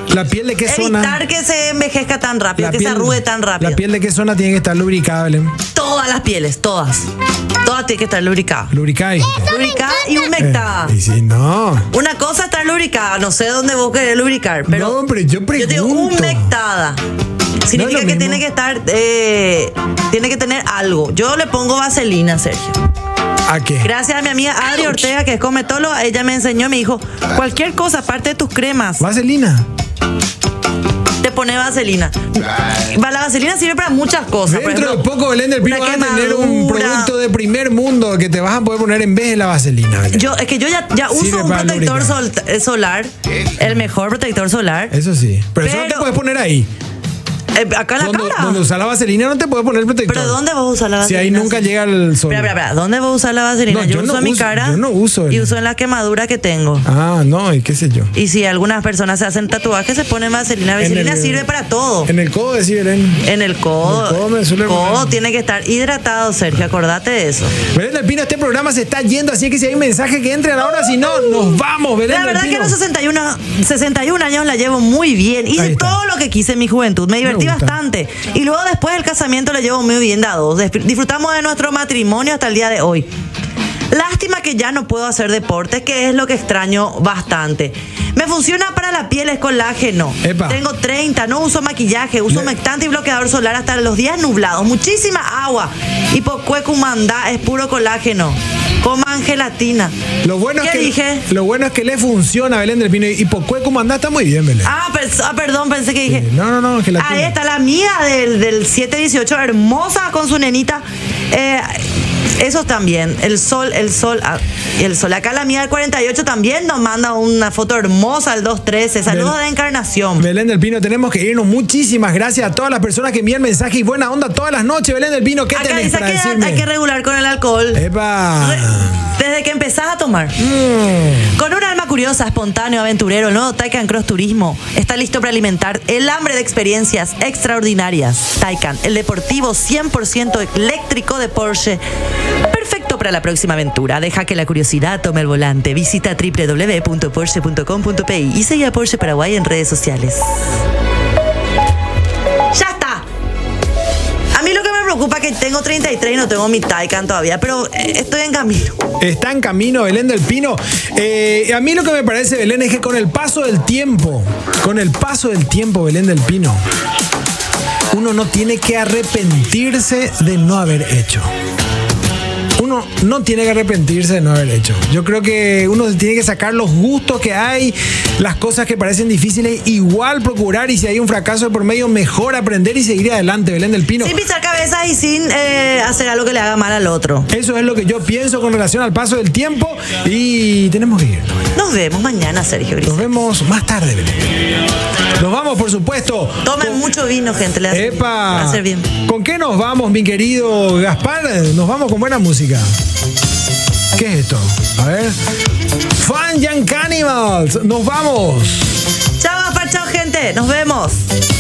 Speaker 1: ¿La piel de qué zona?
Speaker 2: evitar que se envejezca tan rápido, que se arrugue tan rápido.
Speaker 1: La piel de qué zona tiene que estar lubricada, Belén.
Speaker 2: Todas las pieles, todas. Todas tienen que estar lubricadas.
Speaker 1: Lubricada. dijiste.
Speaker 2: Lubricada y humectada.
Speaker 1: Eh, y si no.
Speaker 2: Una cosa está lubricada, no sé dónde vos querés lubricar, pero.
Speaker 1: No, hombre, yo
Speaker 2: Yo digo
Speaker 1: pregunto.
Speaker 2: humectada. Significa
Speaker 1: lo
Speaker 2: que
Speaker 1: mismo.
Speaker 2: tiene que estar. eh, tiene que tener algo. Yo le pongo vaselina, Sergio.
Speaker 1: ¿A qué?
Speaker 2: Gracias a mi amiga Adri Ortega, que es cometóloga, ella me enseñó, me dijo: cualquier cosa, aparte de tus cremas,
Speaker 1: Vaselina.
Speaker 2: te pone vaselina. Va- La vaselina sirve para muchas cosas. por
Speaker 1: Dentro de
Speaker 2: ejemplo,
Speaker 1: poco, Belén del Pino,
Speaker 2: una
Speaker 1: vas a tener un
Speaker 2: quemadura.
Speaker 1: producto de primer mundo que te vas a poder poner en vez de la vaselina. Belén.
Speaker 2: Yo, es que yo ya, ya
Speaker 1: Sirve
Speaker 2: uso un
Speaker 1: para
Speaker 2: protector
Speaker 1: lubricar.
Speaker 2: sol- eh, solar, el mejor protector solar.
Speaker 1: Eso sí. Pero, eso no te
Speaker 2: Pero-
Speaker 1: puedes poner ahí.
Speaker 2: Eh, acá en la
Speaker 1: Donde,
Speaker 2: cara.
Speaker 1: donde usas la vaselina no te puedes poner el protector.
Speaker 2: Pero ¿dónde vos usas la
Speaker 1: Si
Speaker 2: vaselina?
Speaker 1: ahí nunca
Speaker 2: Sí.
Speaker 1: llega el sol.
Speaker 2: Espera, espera, espera. ¿Dónde vos usas la vaselina?
Speaker 1: No,
Speaker 2: yo,
Speaker 1: yo no
Speaker 2: uso en mi
Speaker 1: uso-
Speaker 2: cara.
Speaker 1: yo no uso
Speaker 2: Y
Speaker 1: el-
Speaker 2: uso en la quemadura que tengo.
Speaker 1: Ah, no, y qué sé yo.
Speaker 2: Y si algunas personas se hacen tatuajes, se ponen vaselina.
Speaker 1: En
Speaker 2: Vaselina
Speaker 1: el-
Speaker 2: sirve para todo. En
Speaker 1: En el codo decís, Belén.
Speaker 2: el, codo.
Speaker 1: En el codo me suele
Speaker 2: codo
Speaker 1: poner.
Speaker 2: tiene que estar hidratado, Sergio. Acordate de eso.
Speaker 1: Belén del Pino, este programa se está yendo, así que si hay un mensaje que entre a la hora, si no, nos vamos, Belén
Speaker 2: La
Speaker 1: del
Speaker 2: verdad que a
Speaker 1: Pino.
Speaker 2: los 61, 61 años la llevo muy bien.
Speaker 1: Ahí
Speaker 2: Hice
Speaker 1: está.
Speaker 2: todo lo que quise en mi juventud. Me divertí
Speaker 1: gusta.
Speaker 2: bastante. Y luego después del casamiento la llevo muy bien dado. Desp- Disfrutamos de nuestro matrimonio hasta el día de hoy. Lástima que ya no puedo hacer deporte, que es lo que extraño bastante. Me funciona para la piel, es colágeno.
Speaker 1: Epa.
Speaker 2: Tengo 30, no uso maquillaje, uso humectante y bloqueador solar hasta los días nublados. Muchísima agua. Y mandá es puro colágeno. Coman gelatina.
Speaker 1: Lo bueno, es
Speaker 2: ¿Qué
Speaker 1: que,
Speaker 2: dije?
Speaker 1: lo bueno es que le funciona a Belén del Pino. Y Pocué como andá está muy bien, Belén.
Speaker 2: Ah, pers- ah, perdón, pensé que dije.
Speaker 1: Sí, no, no, no, gelatina.
Speaker 2: Ahí está la amiga del, del 718, hermosa con su nenita. Eh, eso también, el sol, el sol, ah, el sol. Acá la amiga del 48 también nos manda una foto hermosa al 213. Saludos
Speaker 1: Del-
Speaker 2: de encarnación.
Speaker 1: Belén del Pino, tenemos que irnos. Muchísimas gracias a todas las personas que envían mensajes y buena onda todas las noches. Belén del Pino, ¿qué
Speaker 2: Acá
Speaker 1: tenés
Speaker 2: dice
Speaker 1: para
Speaker 2: que edad
Speaker 1: decirme? Eh,
Speaker 2: hay que regular con el alcohol.
Speaker 1: ¡Epa!
Speaker 2: Re- Desde que empezás a tomar. Mm. Con un alma curiosa, espontáneo, aventurero, el nuevo Taycan Cross Turismo está listo para alimentar el hambre de experiencias extraordinarias. Taycan, el deportivo 100% eléctrico de Porsche. Perfecto para la próxima aventura. Deja que la curiosidad tome el volante. Visita www.porsche.com.pi y sigue a Porsche Paraguay en redes sociales. ¡Ya está! A mí lo que me preocupa es que tengo 33 y no tengo mi Taycan todavía, pero eh, estoy en camino.
Speaker 1: Está en camino Belén del Pino. Eh, a mí lo que me parece, Belén, es que con el paso del tiempo, con el paso del tiempo, Belén del Pino, uno no tiene que arrepentirse de no haber hecho. Uno no tiene que arrepentirse de no haber hecho. Yo creo que uno tiene que sacar los gustos que hay, las cosas que parecen difíciles, igual procurar y si hay un fracaso de por medio, mejor aprender y seguir adelante, Belén del Pino.
Speaker 2: Sin pisar cabezas y sin eh, hacer algo que le haga mal al otro.
Speaker 1: Eso es lo que yo pienso con relación al paso del tiempo y tenemos que irnos.
Speaker 2: Nos vemos mañana, Sergio Gris.
Speaker 1: Nos vemos más tarde, Belén. Nos vamos, por supuesto.
Speaker 2: Tomen mucho vino, gente. Le hace,
Speaker 1: Epa.
Speaker 2: le hace bien.
Speaker 1: ¿Con qué nos vamos, mi querido Gaspar? Nos vamos con buena música. ¿Qué es esto? A ver. Fan Young Cannibals. Nos vamos.
Speaker 2: Chao, papá, chao, gente. Nos vemos.